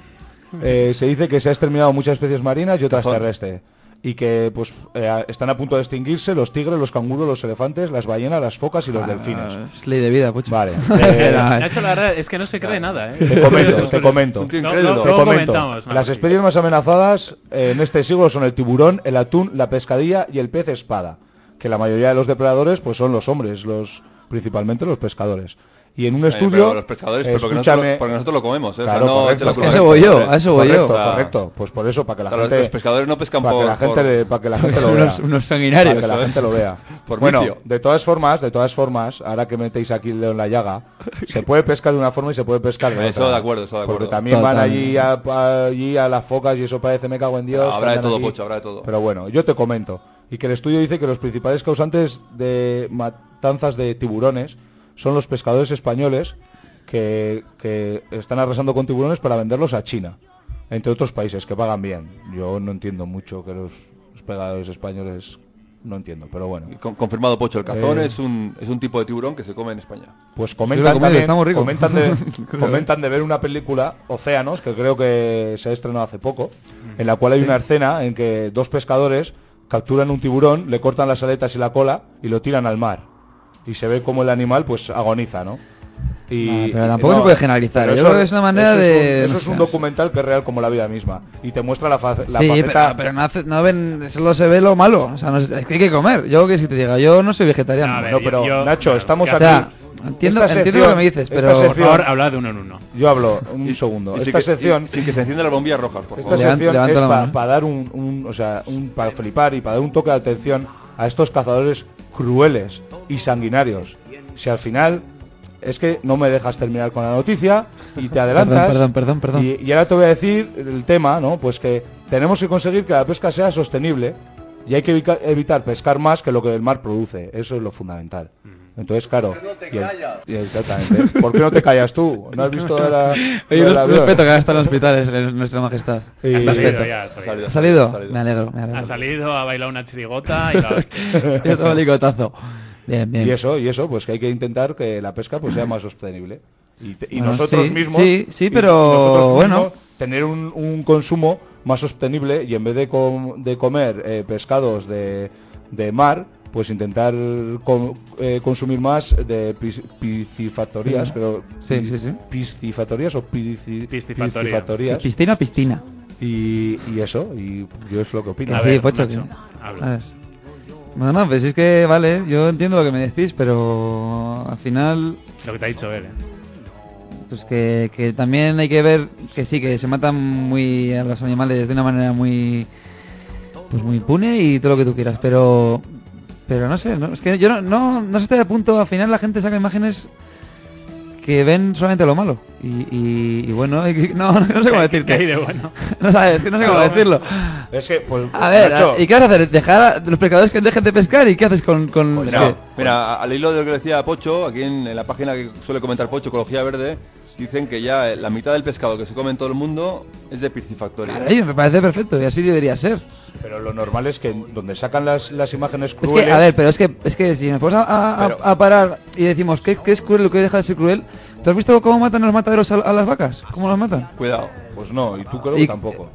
[SPEAKER 3] eh, se dice que se ha exterminado muchas especies marinas y otras
[SPEAKER 4] Cazón.
[SPEAKER 3] terrestres. Y que pues eh, a- están a punto de extinguirse los tigres, los canguros, los elefantes, las ballenas, las focas y los delfines.
[SPEAKER 5] Ah, Es ley de vida, Pocho.
[SPEAKER 3] Vale.
[SPEAKER 5] Eh,
[SPEAKER 3] eh,
[SPEAKER 5] no,
[SPEAKER 2] Nacho, la verdad es que no se cree nada, ¿eh?
[SPEAKER 3] te comento, te comento.
[SPEAKER 4] Un tío
[SPEAKER 2] No,
[SPEAKER 4] incrédulo.
[SPEAKER 2] no,
[SPEAKER 3] Te
[SPEAKER 2] Luego
[SPEAKER 3] comento.
[SPEAKER 2] comentamos, ¿no?
[SPEAKER 3] Las
[SPEAKER 2] Sí.
[SPEAKER 3] especies más amenazadas eh, en este siglo son el tiburón, el atún, la pescadilla y el pez espada, que la mayoría de los depredadores pues son los hombres, los principalmente los pescadores. Y en un
[SPEAKER 4] Eh, pero
[SPEAKER 3] estudio.
[SPEAKER 4] los pescadores, pero porque, nosotros, porque nosotros lo comemos, ¿eh? O sea,
[SPEAKER 3] Claro,
[SPEAKER 4] no
[SPEAKER 3] correcto,
[SPEAKER 4] eche la
[SPEAKER 3] es que
[SPEAKER 4] culpa
[SPEAKER 5] ese
[SPEAKER 4] a
[SPEAKER 5] voy yo,
[SPEAKER 4] nosotros,
[SPEAKER 5] a ese voy yo.
[SPEAKER 4] O
[SPEAKER 3] correcto,
[SPEAKER 4] sea,
[SPEAKER 3] correcto. Pues por eso, para que la
[SPEAKER 4] claro,
[SPEAKER 3] gente.
[SPEAKER 4] Los pescadores no pescan
[SPEAKER 3] para
[SPEAKER 4] por...
[SPEAKER 3] que la gente,
[SPEAKER 4] por-
[SPEAKER 3] le- para que la gente
[SPEAKER 5] Son
[SPEAKER 3] lo vea.
[SPEAKER 5] unos, unos
[SPEAKER 3] Para
[SPEAKER 5] sanguinarios.
[SPEAKER 3] que la gente lo vea.
[SPEAKER 4] ¿eh? Por
[SPEAKER 3] bueno,
[SPEAKER 4] vicio.
[SPEAKER 3] de todas formas, de todas formas, ahora que metéis aquí el dedo en la llaga, se puede pescar de una forma y se puede pescar de otra.
[SPEAKER 4] Eso de acuerdo, eso de acuerdo.
[SPEAKER 3] Porque también van allí a, a- allí a las focas y eso parece me cago en Dios.
[SPEAKER 4] Habrá de
[SPEAKER 3] que andan
[SPEAKER 4] todo,
[SPEAKER 3] allí.
[SPEAKER 4] Pocho, habrá de todo.
[SPEAKER 3] Pero bueno, yo te comento. Y que el estudio dice que los principales causantes de matanzas de tiburones son los pescadores españoles que, que están arrasando con tiburones para venderlos a China, entre otros países que pagan bien. Yo no entiendo mucho que los pescadores españoles no entiendo, pero bueno.
[SPEAKER 4] Con- confirmado Pocho, el cazón
[SPEAKER 3] Eh.
[SPEAKER 4] es, un, es un tipo de tiburón que se come en España.
[SPEAKER 3] Pues
[SPEAKER 5] Sí, lo
[SPEAKER 3] comentan,
[SPEAKER 5] comí,
[SPEAKER 3] también-
[SPEAKER 5] está muy rico.
[SPEAKER 3] comentan, de, comentan de ver una película, Océanos, que creo que se ha estrenado hace poco, en la cual hay una escena en que dos pescadores capturan un tiburón, le cortan las aletas y la cola y lo tiran al mar. Y se ve como el animal pues agoniza, ¿no? Y,
[SPEAKER 5] Ah, pero tampoco se puede generalizar.
[SPEAKER 3] pero
[SPEAKER 5] Yo creo que es una manera
[SPEAKER 3] eso es un-
[SPEAKER 5] de-
[SPEAKER 3] eso
[SPEAKER 5] no
[SPEAKER 3] es
[SPEAKER 5] sé,
[SPEAKER 3] un
[SPEAKER 5] no sé.
[SPEAKER 3] documental que es real como la vida misma. Y te muestra la, fa- la
[SPEAKER 5] sí,
[SPEAKER 3] faceta...
[SPEAKER 5] pero, pero no, hace- no ven, solo se ve lo malo. O sea, no, es que hay que comer. Yo lo que sí te diga, yo no soy vegetariano.
[SPEAKER 2] A ver,
[SPEAKER 3] No, pero,
[SPEAKER 2] yo- yo-
[SPEAKER 3] Nacho,
[SPEAKER 2] claro,
[SPEAKER 3] estamos
[SPEAKER 2] ya-
[SPEAKER 5] o
[SPEAKER 3] aquí...
[SPEAKER 5] sea, entiendo,
[SPEAKER 3] Esta
[SPEAKER 5] entiendo
[SPEAKER 3] sección-
[SPEAKER 5] lo que me dices,
[SPEAKER 3] esta
[SPEAKER 5] pero
[SPEAKER 2] Por
[SPEAKER 3] sección-
[SPEAKER 2] favor, habla de uno en uno.
[SPEAKER 3] Yo hablo un segundo.
[SPEAKER 4] Y sin
[SPEAKER 3] Esta
[SPEAKER 4] que-
[SPEAKER 3] sección...
[SPEAKER 4] y- sin que se enciendan las bombillas rojas, por
[SPEAKER 3] Esta
[SPEAKER 4] favor.
[SPEAKER 5] Levan-
[SPEAKER 3] sección
[SPEAKER 5] levanta
[SPEAKER 3] es
[SPEAKER 5] la
[SPEAKER 3] para
[SPEAKER 5] mano.
[SPEAKER 3] dar un, un- o sea, un- para flipar y para dar un toque de atención a estos cazadores crueles y sanguinarios. Si al final es que no me dejas terminar con la noticia y te adelantas.
[SPEAKER 5] Perdón, perdón, perdón, perdón.
[SPEAKER 3] Y, y ahora te voy a decir el tema, ¿no? Pues que tenemos que conseguir que la pesca sea sostenible y hay que evica- evitar pescar más que lo que el mar produce. Eso es lo fundamental. Entonces, claro. y el- y exactamente. ¿Por qué no te callas tú? ¿No has visto ahora?
[SPEAKER 5] Oye,
[SPEAKER 3] lo del
[SPEAKER 5] un
[SPEAKER 3] avión?
[SPEAKER 5] respeto que ahora está en el hospital, es- es nuestra majestad.
[SPEAKER 3] Y-
[SPEAKER 2] Ha salido
[SPEAKER 5] Respeto.
[SPEAKER 2] ya, ha salido.
[SPEAKER 5] ¿Ha salido?
[SPEAKER 4] Ha salido.
[SPEAKER 5] Me alegro, me
[SPEAKER 2] Ha
[SPEAKER 5] alegro.
[SPEAKER 2] salido, ha bailado una chirigota y la hostia.
[SPEAKER 5] Yo tomo licotazo. Bien, bien.
[SPEAKER 3] Y eso, y eso, pues que hay que intentar que la pesca pues sea más sostenible. Y, te- y
[SPEAKER 5] Bueno,
[SPEAKER 3] nosotros
[SPEAKER 5] sí,
[SPEAKER 3] mismos.
[SPEAKER 5] sí, sí,
[SPEAKER 3] y
[SPEAKER 5] pero
[SPEAKER 3] nosotros
[SPEAKER 5] bueno.
[SPEAKER 3] mismos Tener un, un consumo más sostenible y en vez de, com- de comer eh, pescados de, de mar, pues intentar com- eh, consumir más de pis- piscifactorías, creo.
[SPEAKER 5] Sí, sí, sí.
[SPEAKER 3] Piscifactorías o pisci-
[SPEAKER 2] Piscifactoría.
[SPEAKER 3] piscifactorías.
[SPEAKER 5] Piscina, piscina.
[SPEAKER 3] Y, y eso, y yo es lo que opino.
[SPEAKER 2] A
[SPEAKER 5] Sí,
[SPEAKER 2] ver,
[SPEAKER 5] Pocho,
[SPEAKER 2] Nacho,
[SPEAKER 5] que-
[SPEAKER 2] habla.
[SPEAKER 5] A ver. No, no, pues es que, vale, yo entiendo lo que me decís, pero al final,
[SPEAKER 2] Lo que te ha dicho él. eh.
[SPEAKER 5] pues que, que también hay que ver que sí, que se matan muy a los animales de una manera muy, pues muy impune y todo lo que tú quieras, pero, pero no sé, no, es que yo no, no, no sé hasta el punto, al final la gente saca imágenes que ven solamente lo malo y, y- y bueno, hay que- no, no sé cómo
[SPEAKER 2] ¿Qué- qué hay
[SPEAKER 5] decirte,
[SPEAKER 2] de bueno?
[SPEAKER 5] no sabes, que no sé cómo decirlo.
[SPEAKER 3] Es que, pues,
[SPEAKER 5] A ver,
[SPEAKER 3] Nacho,
[SPEAKER 5] ¿y qué vas a hacer? ¿Dejar a los pescadores que dejen de pescar? ¿Y qué haces con...? con
[SPEAKER 4] Pues
[SPEAKER 5] es
[SPEAKER 4] no,
[SPEAKER 5] que-
[SPEAKER 4] mira, a- al hilo de lo que decía Pocho, aquí en, en la página que suele comentar Pocho, Ecología Verde, dicen que ya eh, la mitad del pescado que se come en todo el mundo es de piscifactoría.
[SPEAKER 5] Caray, me parece perfecto y así debería ser.
[SPEAKER 3] pero lo normal es que donde sacan las, las imágenes
[SPEAKER 5] Es
[SPEAKER 3] crueles.
[SPEAKER 5] que, a ver, pero es que, es que si nos ponemos a, a- a-
[SPEAKER 4] Pero-
[SPEAKER 5] a parar y decimos que, es cruel lo que deja de ser cruel, ¿tú has visto cómo matan los mataderos a, a las vacas? ¿Cómo las matan?
[SPEAKER 4] Cuidado.
[SPEAKER 3] Pues no, y tú creo
[SPEAKER 5] Y-
[SPEAKER 3] que tampoco.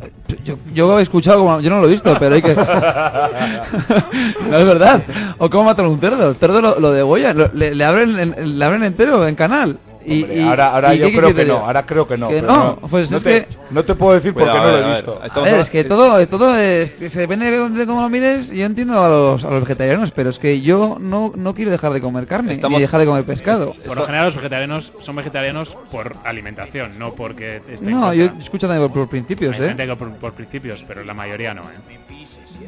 [SPEAKER 5] Yo, yo he escuchado, como, yo no lo he visto, pero hay que... no es verdad. O cómo matan un cerdo. El cerdo lo, lo degüellan, lo- le, le abren, en- le abren entero en canal. Y,
[SPEAKER 3] Hombre,
[SPEAKER 5] y-
[SPEAKER 3] ahora ahora
[SPEAKER 5] ¿y
[SPEAKER 3] yo
[SPEAKER 5] qué- qué
[SPEAKER 3] creo
[SPEAKER 5] te
[SPEAKER 3] que
[SPEAKER 5] digo?
[SPEAKER 3] no, ahora creo que no.
[SPEAKER 5] Que
[SPEAKER 3] pero
[SPEAKER 5] no, pues es
[SPEAKER 3] te,
[SPEAKER 5] que-
[SPEAKER 3] no te puedo decir
[SPEAKER 4] Cuidado,
[SPEAKER 3] porque no
[SPEAKER 4] a
[SPEAKER 3] lo
[SPEAKER 4] ver, a
[SPEAKER 3] he
[SPEAKER 4] ver,
[SPEAKER 3] visto.
[SPEAKER 5] A
[SPEAKER 4] estamos
[SPEAKER 5] ver,
[SPEAKER 4] hablando-
[SPEAKER 5] es que todo, es- todo es, es- depende de, de cómo lo mires. Yo entiendo a los, a los vegetarianos, pero es que yo no, no quiero dejar de comer carne
[SPEAKER 4] Estamos-
[SPEAKER 5] ni dejar de comer pescado.
[SPEAKER 2] Por lo general los vegetarianos son vegetarianos por alimentación, no porque estén
[SPEAKER 5] No,
[SPEAKER 2] contra.
[SPEAKER 5] yo escucho también por, por principios,
[SPEAKER 2] Hay
[SPEAKER 5] ¿eh?
[SPEAKER 2] gente que por, por principios, pero la mayoría no. ¿eh?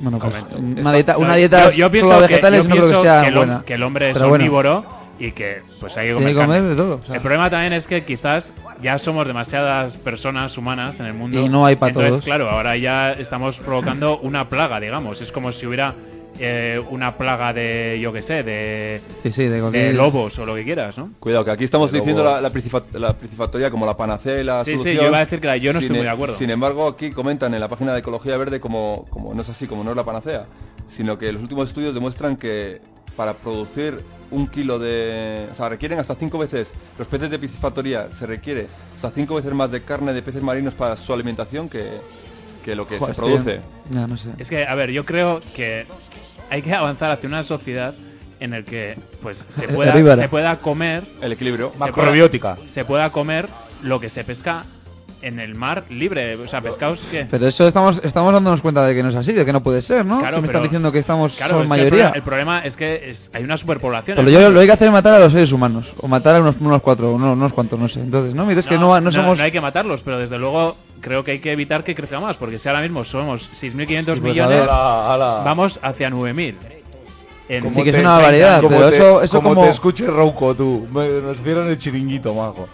[SPEAKER 5] Bueno, pues
[SPEAKER 2] comento.
[SPEAKER 5] una dieta, una
[SPEAKER 2] No,
[SPEAKER 5] dieta
[SPEAKER 2] yo- yo pienso
[SPEAKER 5] solo
[SPEAKER 2] que-
[SPEAKER 5] vegetales
[SPEAKER 2] yo
[SPEAKER 5] no creo que
[SPEAKER 2] pienso
[SPEAKER 5] sea
[SPEAKER 2] el, hom-
[SPEAKER 5] buena.
[SPEAKER 2] que el hombre es
[SPEAKER 5] Pero bueno,
[SPEAKER 2] omnívoro y que pues hay que comer,
[SPEAKER 5] tiene que comer
[SPEAKER 2] carne.
[SPEAKER 5] de todo. o sea,
[SPEAKER 2] El problema también es que quizás ya somos demasiadas personas humanas en el mundo.
[SPEAKER 5] Y no hay pa'
[SPEAKER 2] Entonces,
[SPEAKER 5] todos.
[SPEAKER 2] claro, ahora ya estamos provocando una plaga, digamos. Es como si hubiera eh, una plaga de, yo qué sé, de,
[SPEAKER 5] sí, sí, de
[SPEAKER 2] de
[SPEAKER 5] cualquier...
[SPEAKER 2] lobos o lo que quieras, ¿no?
[SPEAKER 4] Cuidado, que aquí estamos
[SPEAKER 3] Pero
[SPEAKER 4] diciendo
[SPEAKER 3] bueno.
[SPEAKER 4] la, la, princifa- la principatoria como la panacea y la
[SPEAKER 2] Sí, sí,
[SPEAKER 4] solución.
[SPEAKER 2] yo iba a decir que la- yo no estoy
[SPEAKER 4] Sin e-
[SPEAKER 2] muy de acuerdo.
[SPEAKER 4] Sin embargo, aquí comentan en la página de Ecología Verde como, como no es así, como no es la panacea, sino que los últimos estudios demuestran que para producir un kilo de... O sea, requieren hasta cinco veces... Los peces de piscifactoría se requiere hasta cinco veces más de carne de peces marinos para su alimentación que, que lo que
[SPEAKER 5] Joder,
[SPEAKER 4] se
[SPEAKER 5] es que-
[SPEAKER 4] produce.
[SPEAKER 5] Ya, no sé.
[SPEAKER 2] Es que, a ver, yo creo que hay que avanzar hacia una sociedad en la que pues se pueda,
[SPEAKER 5] Herbívora.
[SPEAKER 2] se pueda comer
[SPEAKER 4] El equilibrio.
[SPEAKER 2] se pueda-
[SPEAKER 3] Macrobiótica.
[SPEAKER 2] se pueda comer lo que se pesca en el mar libre. O sea, pescados que...
[SPEAKER 5] Pero eso estamos, estamos dándonos cuenta de que no es así, de que no puede ser, ¿no?
[SPEAKER 2] Claro,
[SPEAKER 5] si me
[SPEAKER 2] pero-
[SPEAKER 5] están diciendo que estamos
[SPEAKER 2] Claro, es
[SPEAKER 5] son
[SPEAKER 2] que el
[SPEAKER 5] mayoría.
[SPEAKER 2] problema- El problema, es que es- hay una superpoblación.
[SPEAKER 5] Pero yo lo que hay que hacer es matar a los seres humanos. O matar a unos, unos cuatro, unos, unos cuantos, no sé. Entonces, ¿no? Me dices que no, no, somos...
[SPEAKER 2] hay que matarlos, pero desde luego creo que hay que evitar que crezca más, porque si ahora mismo somos 6.500
[SPEAKER 3] Pues
[SPEAKER 2] millones,
[SPEAKER 3] ala, ala.
[SPEAKER 2] vamos hacia 9.000. En-
[SPEAKER 5] Sí,
[SPEAKER 3] Como
[SPEAKER 5] que es
[SPEAKER 3] te-
[SPEAKER 5] una barbaridad,
[SPEAKER 3] como
[SPEAKER 5] pero
[SPEAKER 3] te-
[SPEAKER 5] eso- eso
[SPEAKER 3] como...
[SPEAKER 5] como-
[SPEAKER 3] te escuche Rouco, tú. Me- nos cierran el chiringuito, majo.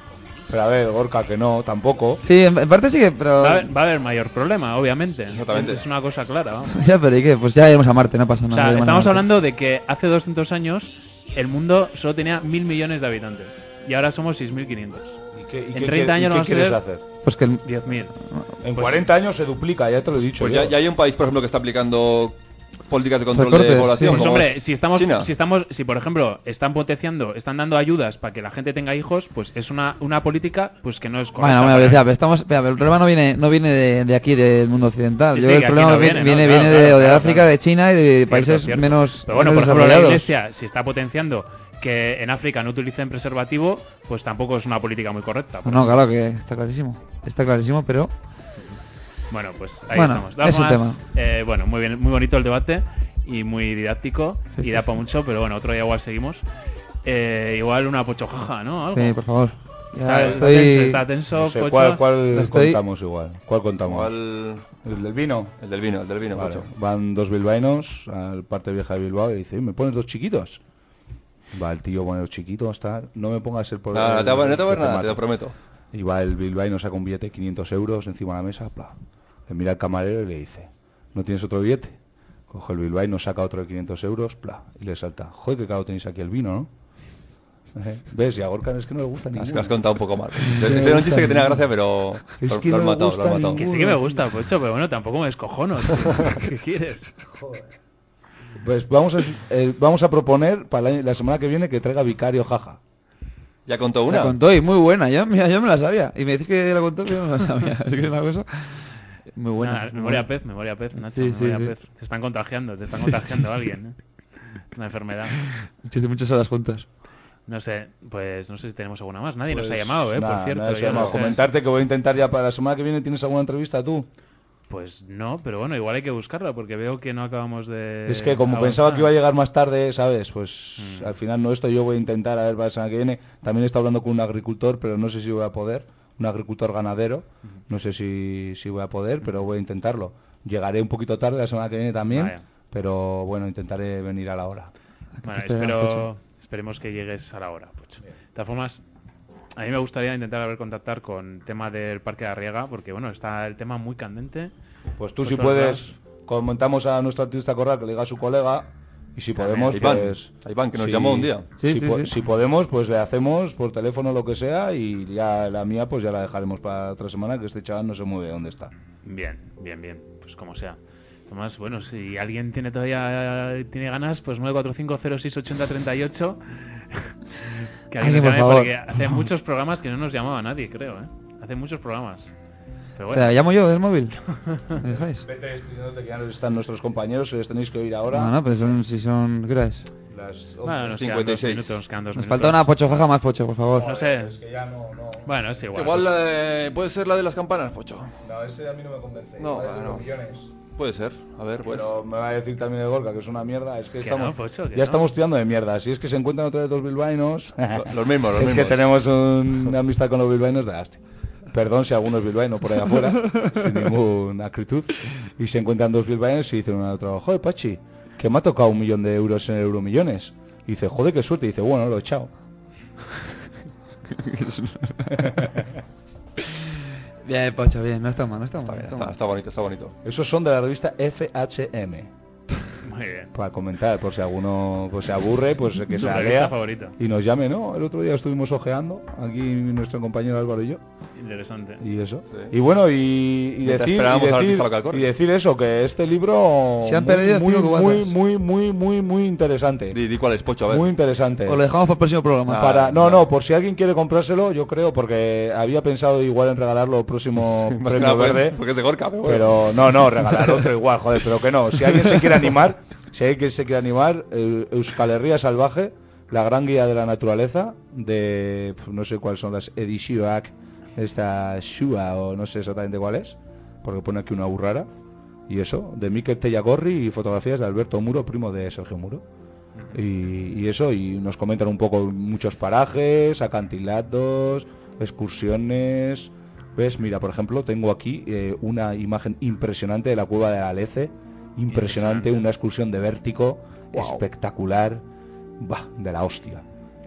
[SPEAKER 3] Pero a ver, Gorka, que no, tampoco.
[SPEAKER 5] Sí, en en parte sí que... Pero...
[SPEAKER 2] va, a haber- va a haber mayor problema, obviamente.
[SPEAKER 4] Exactamente.
[SPEAKER 2] Es una cosa clara. vamos.
[SPEAKER 5] Ya, pero ¿y qué? Pues ya iremos a Marte, no pasa
[SPEAKER 2] O
[SPEAKER 5] nada.
[SPEAKER 2] sea,
[SPEAKER 5] ya iremos a
[SPEAKER 2] estamos
[SPEAKER 5] Marte.
[SPEAKER 2] hablando de que hace 200 años el mundo solo tenía 1.000 millones de habitantes y ahora somos 6.500.
[SPEAKER 3] ¿Y qué,
[SPEAKER 2] En
[SPEAKER 3] y qué-
[SPEAKER 2] 30
[SPEAKER 3] qué-
[SPEAKER 2] años
[SPEAKER 3] y
[SPEAKER 2] vamos
[SPEAKER 3] qué
[SPEAKER 2] a
[SPEAKER 3] quieres
[SPEAKER 2] hacer-
[SPEAKER 3] hacer?
[SPEAKER 5] Pues que el-
[SPEAKER 2] 10.000.
[SPEAKER 5] pues
[SPEAKER 3] En 40 años se duplica, ya te lo he dicho.
[SPEAKER 4] Pues ya,
[SPEAKER 3] yo.
[SPEAKER 4] ya hay un país, por ejemplo, que está aplicando políticas de control
[SPEAKER 5] Recortes,
[SPEAKER 4] de población.
[SPEAKER 5] sí.
[SPEAKER 2] Pues
[SPEAKER 4] como
[SPEAKER 2] hombre,
[SPEAKER 4] es
[SPEAKER 2] si estamos,
[SPEAKER 4] China.
[SPEAKER 2] si estamos, si por ejemplo están potenciando, están dando ayudas para que la gente tenga hijos, pues es una, una política pues que no es correcta.
[SPEAKER 5] Bueno, bueno,
[SPEAKER 2] para-
[SPEAKER 5] ya, pero estamos, espera, pero el problema no viene, no viene de, de aquí, del mundo occidental.
[SPEAKER 2] Sí,
[SPEAKER 5] Yo
[SPEAKER 2] sí, que
[SPEAKER 5] creo
[SPEAKER 2] aquí
[SPEAKER 5] que el problema
[SPEAKER 2] no
[SPEAKER 5] viene,
[SPEAKER 2] viene, ¿no?
[SPEAKER 5] viene,
[SPEAKER 2] Claro,
[SPEAKER 5] de,
[SPEAKER 2] claro,
[SPEAKER 5] o de
[SPEAKER 2] claro,
[SPEAKER 5] África,
[SPEAKER 2] claro.
[SPEAKER 5] de China y de
[SPEAKER 2] Cierto,
[SPEAKER 5] países
[SPEAKER 2] cierto.
[SPEAKER 5] menos.
[SPEAKER 2] Pero bueno, por
[SPEAKER 5] menos
[SPEAKER 2] ejemplo, la
[SPEAKER 5] desarrollados.
[SPEAKER 2] Iglesia, si está potenciando que en África no utilicen preservativo, pues tampoco es una política muy correcta.
[SPEAKER 5] Pues No, claro que está clarísimo. Está clarísimo, pero.
[SPEAKER 2] Bueno, pues ahí
[SPEAKER 5] Bueno,
[SPEAKER 2] estamos.
[SPEAKER 5] es el
[SPEAKER 2] Dogmas, eh, bueno, muy bien, muy bonito el debate y muy didáctico
[SPEAKER 5] Sí,
[SPEAKER 2] y
[SPEAKER 5] sí,
[SPEAKER 2] da
[SPEAKER 5] sí.
[SPEAKER 2] para mucho, pero bueno, otro día igual seguimos. Eh, igual una pochojaja, ¿no? Algo.
[SPEAKER 5] Sí, por favor.
[SPEAKER 2] Está,
[SPEAKER 5] Ya
[SPEAKER 2] está tenso,
[SPEAKER 5] estoy.
[SPEAKER 2] está tenso,
[SPEAKER 3] No sé,
[SPEAKER 2] Pocho.
[SPEAKER 3] ¿Cuál, cuál
[SPEAKER 5] Estoy-
[SPEAKER 3] contamos igual? ¿Cuál contamos?
[SPEAKER 4] como el,
[SPEAKER 3] ¿El del vino?
[SPEAKER 4] el del vino, el del vino,
[SPEAKER 3] Vale,
[SPEAKER 4] macho.
[SPEAKER 3] Van dos bilbaínos al parte vieja de Bilbao y dice, "Oye, ¿me pones dos chiquitos? Va el tío pone los chiquitos, tal. No me pongas el por
[SPEAKER 4] No, no te va, no te va a
[SPEAKER 3] que
[SPEAKER 4] ver nada,
[SPEAKER 3] mato".
[SPEAKER 4] te lo prometo.
[SPEAKER 3] Y va el bilbaíno, saca un billete, 500 euros encima de la mesa, pla. Le mira al camarero y le dice, ¿no tienes otro billete? Coge el bilbaíno, saca otro de 500 euros, pla. Y le salta, joder, que claro tenéis aquí el vino, ¿no? Eh, ¿Ves? Y a Gorka es que no le gusta
[SPEAKER 4] Has,
[SPEAKER 3] ninguno.
[SPEAKER 4] has contado un poco mal. Ese ese era un chiste que tenía gracia, pero
[SPEAKER 3] Es
[SPEAKER 4] lo-
[SPEAKER 3] que
[SPEAKER 4] lo has
[SPEAKER 3] no me
[SPEAKER 4] matado, lo has
[SPEAKER 3] gusta
[SPEAKER 4] matado.
[SPEAKER 2] Que sí que me gusta, Pocho, pero bueno, tampoco me descojono. tío. ¿Qué quieres?
[SPEAKER 3] Pues vamos a, eh, vamos a proponer para la, la semana que viene que traiga Vicario Jaja.
[SPEAKER 4] Ya contó
[SPEAKER 5] La
[SPEAKER 4] una.
[SPEAKER 5] contó y muy buena. Yo, mira, yo me la sabía. Y me decís que la contó, pero yo no me la sabía. es que es una cosa. Muy buena.
[SPEAKER 2] Nada, memoria pez, memoria pez, Nacho,
[SPEAKER 5] Sí, sí,
[SPEAKER 2] memoria
[SPEAKER 5] sí.
[SPEAKER 2] pez. Te están contagiando, te están contagiando a alguien. ¿eh? Una enfermedad.
[SPEAKER 5] Hice muchas horas juntas.
[SPEAKER 2] No sé, pues no sé si tenemos alguna más. Nadie nos ha llamado, ¿eh?
[SPEAKER 3] Pues Nada,
[SPEAKER 2] por cierto.
[SPEAKER 3] nada, eso
[SPEAKER 2] yo
[SPEAKER 3] no.
[SPEAKER 2] no sé.
[SPEAKER 3] Comentarte que voy a intentar ya para la semana que viene. ¿Tienes alguna entrevista tú?
[SPEAKER 2] Pues no, pero bueno, igual hay que buscarla porque veo que no acabamos de...
[SPEAKER 3] es que como pensaba que iba a llegar más tarde, ¿sabes? Pues
[SPEAKER 2] Mm.
[SPEAKER 3] al final no esto. Yo voy a intentar a ver para la semana que viene. También está hablando con un agricultor, pero no sé si voy a poder. Un agricultor ganadero. No sé si, si voy a poder, pero voy a intentarlo. Llegaré un poquito tarde la semana que viene también.
[SPEAKER 2] Vaya.
[SPEAKER 3] Pero bueno, intentaré venir a la hora.
[SPEAKER 2] Bueno,
[SPEAKER 5] Espera,
[SPEAKER 2] espero, esperemos que llegues a la hora, Pocho. De todas formas, a mí me gustaría intentar haber contactar con tema del Parque de Arriaga porque, bueno, está el tema muy candente.
[SPEAKER 3] Pues tú
[SPEAKER 2] Pues
[SPEAKER 3] si
[SPEAKER 2] todas
[SPEAKER 3] puedes, comentamos a nuestro artista Corral que le diga a su colega y si podemos,
[SPEAKER 4] Iván,
[SPEAKER 3] pues...
[SPEAKER 4] a Iván, que nos llamó un día.
[SPEAKER 5] Sí,
[SPEAKER 3] si,
[SPEAKER 5] sí,
[SPEAKER 3] po-
[SPEAKER 5] sí.
[SPEAKER 3] si podemos, pues le hacemos por teléfono lo que sea y ya la mía pues ya la dejaremos para otra semana que este chaval no se mueve dónde está.
[SPEAKER 2] Bien, bien, bien, pues como sea. Además, bueno, si alguien tiene todavía tiene ganas, pues 945068038. que alguien
[SPEAKER 5] Alguien,
[SPEAKER 2] nos
[SPEAKER 5] por
[SPEAKER 2] llame
[SPEAKER 5] favor.
[SPEAKER 2] porque hace muchos programas que no nos llamaba nadie, creo, ¿eh? Hace muchos programas. Pero bueno,
[SPEAKER 5] Espera, llamo yo del móvil. ¿Me dejáis?
[SPEAKER 3] Vete despidiéndote que ya nos están nuestros compañeros, que les tenéis que oír ahora.
[SPEAKER 5] No, no, pero son, si son. ¿Qué hora es?
[SPEAKER 3] Las
[SPEAKER 2] bueno, nos quedan dos
[SPEAKER 4] 56.
[SPEAKER 2] minutos, nos quedan dos
[SPEAKER 5] Nos
[SPEAKER 2] minutos.
[SPEAKER 5] falta una pochojaja más pocho, por favor.
[SPEAKER 2] No sé. Bueno, es igual.
[SPEAKER 4] Igual la de- puede ser la de las campanas, Pocho.
[SPEAKER 3] No, ese a mí no me convence.
[SPEAKER 4] No, Vale, bueno. Puede ser. A ver, pues.
[SPEAKER 3] Pero me va a decir también el Gorka que es una mierda. Es que,
[SPEAKER 2] Que
[SPEAKER 3] estamos,
[SPEAKER 2] no, Pocho, que
[SPEAKER 3] ya
[SPEAKER 2] no.
[SPEAKER 3] estamos tirando de mierda. Si es que se encuentran otra vez dos bilbaínos.
[SPEAKER 4] Lo- Los mismos, los
[SPEAKER 3] es
[SPEAKER 4] mismos.
[SPEAKER 3] que tenemos un- una amistad con los bilbaínos de hostia. Perdón si algunos bilbaínos por ahí afuera, sin ninguna acritud. Y se encuentran dos bilbaínos y dicen uno al otro, joder, Pachi, que me ha tocado un millón de euros en el Euromillones. Y dice, joder, qué suerte. Y dice, bueno, lo he echado.
[SPEAKER 5] Bien, pocho, bien. No está mal, no está mal.
[SPEAKER 4] Está, bien,
[SPEAKER 5] no está
[SPEAKER 4] está-
[SPEAKER 5] mal.
[SPEAKER 4] está bonito, está bonito.
[SPEAKER 3] Esos son de la revista FHM.
[SPEAKER 2] Muy bien.
[SPEAKER 3] Para comentar, por si alguno pues, se aburre, pues que
[SPEAKER 2] Tu
[SPEAKER 3] se la
[SPEAKER 2] revista
[SPEAKER 3] lea
[SPEAKER 2] favorita.
[SPEAKER 3] y nos llame, ¿no? El otro día estuvimos ojeando, aquí nuestro compañero Álvaro y yo.
[SPEAKER 2] Interesante.
[SPEAKER 3] Y eso.
[SPEAKER 4] Sí.
[SPEAKER 3] Y bueno, y, y
[SPEAKER 4] Mientras
[SPEAKER 3] decir, y,
[SPEAKER 4] esperábamos al
[SPEAKER 3] decir,
[SPEAKER 4] artista local corre.
[SPEAKER 3] y decir eso, que este libro
[SPEAKER 5] Se han
[SPEAKER 3] muy,
[SPEAKER 5] perdido
[SPEAKER 3] muy,
[SPEAKER 5] cinco
[SPEAKER 3] muy,
[SPEAKER 5] cubatas.
[SPEAKER 3] muy, muy, muy, muy interesante.
[SPEAKER 4] Di, di cuál es, Pocho, a ver.
[SPEAKER 3] Muy interesante.
[SPEAKER 5] Os lo dejamos para el próximo programa.
[SPEAKER 3] Para, no,
[SPEAKER 4] Ah,
[SPEAKER 3] no, por si alguien quiere comprárselo, yo creo, porque había pensado igual en regalarlo el próximo
[SPEAKER 4] Más que
[SPEAKER 3] premio
[SPEAKER 4] nada, pues,
[SPEAKER 3] verde.
[SPEAKER 4] Porque es de Gorka, pero bueno.
[SPEAKER 3] Pero no, no, regalar otro igual, joder, pero que no. Si alguien se quiere animar, si alguien se quiere animar, eh, Euskal Herria Salvaje, la gran guía de la naturaleza, de pf, no sé cuáles son las ediciones esta Shua o no sé exactamente cuál es, porque pone aquí una burrara. Y eso, de Miquel Tellagorri y fotografías de Alberto Muro, primo de Sergio Muro. Y, y eso, y nos comentan un poco muchos parajes, acantilados, excursiones. ¿Ves? Mira, por ejemplo, tengo aquí eh, una imagen impresionante de la cueva de la Lece. Impresionante,
[SPEAKER 2] Impresionante.
[SPEAKER 3] una excursión de vértigo espectacular. Bah, de la hostia.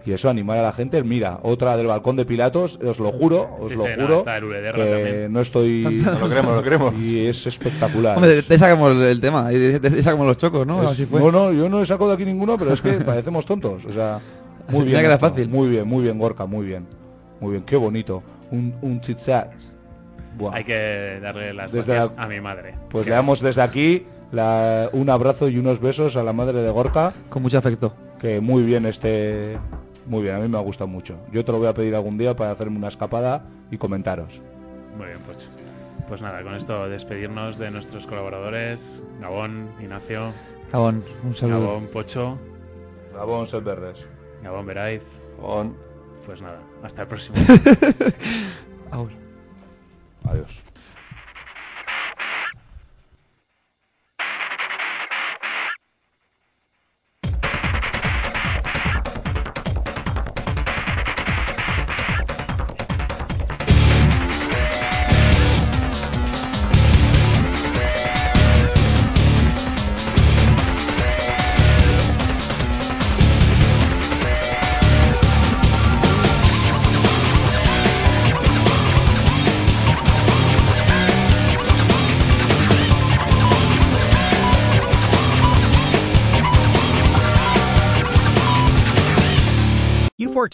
[SPEAKER 3] Y eso, animar a la gente. Mira, otra del balcón de Pilatos, os lo juro, os
[SPEAKER 2] Sí,
[SPEAKER 3] lo
[SPEAKER 2] sí, no,
[SPEAKER 3] juro.
[SPEAKER 2] está el Urederra
[SPEAKER 3] que
[SPEAKER 2] también.
[SPEAKER 3] no estoy.
[SPEAKER 4] No lo creemos, lo creemos.
[SPEAKER 3] Y es espectacular.
[SPEAKER 5] Hombre,
[SPEAKER 3] Es-
[SPEAKER 5] te sacamos el tema, y te- te sacamos los chocos, ¿no?
[SPEAKER 4] Pues
[SPEAKER 3] es-
[SPEAKER 5] Así fue.
[SPEAKER 3] No, no, yo no he sacado de aquí ninguno, pero es que parecemos tontos. O sea, muy
[SPEAKER 5] Mira
[SPEAKER 3] bien.
[SPEAKER 5] que era
[SPEAKER 3] esto,
[SPEAKER 5] fácil.
[SPEAKER 3] Muy bien, muy bien, Gorka, muy bien. Muy bien, qué bonito. Un, un chit-chat. Buah.
[SPEAKER 2] Hay que darle las
[SPEAKER 3] Desde
[SPEAKER 2] gracias
[SPEAKER 3] la-
[SPEAKER 2] a mi madre.
[SPEAKER 3] Pues
[SPEAKER 2] que-
[SPEAKER 3] le damos desde aquí la- un abrazo y unos besos a la madre de Gorka,
[SPEAKER 5] Con mucho afecto.
[SPEAKER 3] que muy bien este... Muy bien, a mí me ha gustado mucho. Yo te lo voy a pedir algún día para hacerme una escapada y comentaros.
[SPEAKER 2] Muy bien, Pocho. Pues nada, con esto despedirnos de nuestros colaboradores, Gabón, Ignacio,
[SPEAKER 5] Gabón, un saludo.
[SPEAKER 2] Gabón, Pocho,
[SPEAKER 3] Gabón, sed verdes.
[SPEAKER 2] Gabón Veraiz.
[SPEAKER 4] On.
[SPEAKER 2] Pues nada, hasta el próximo.
[SPEAKER 5] Agur.
[SPEAKER 3] Adiós.
[SPEAKER 8] You've worked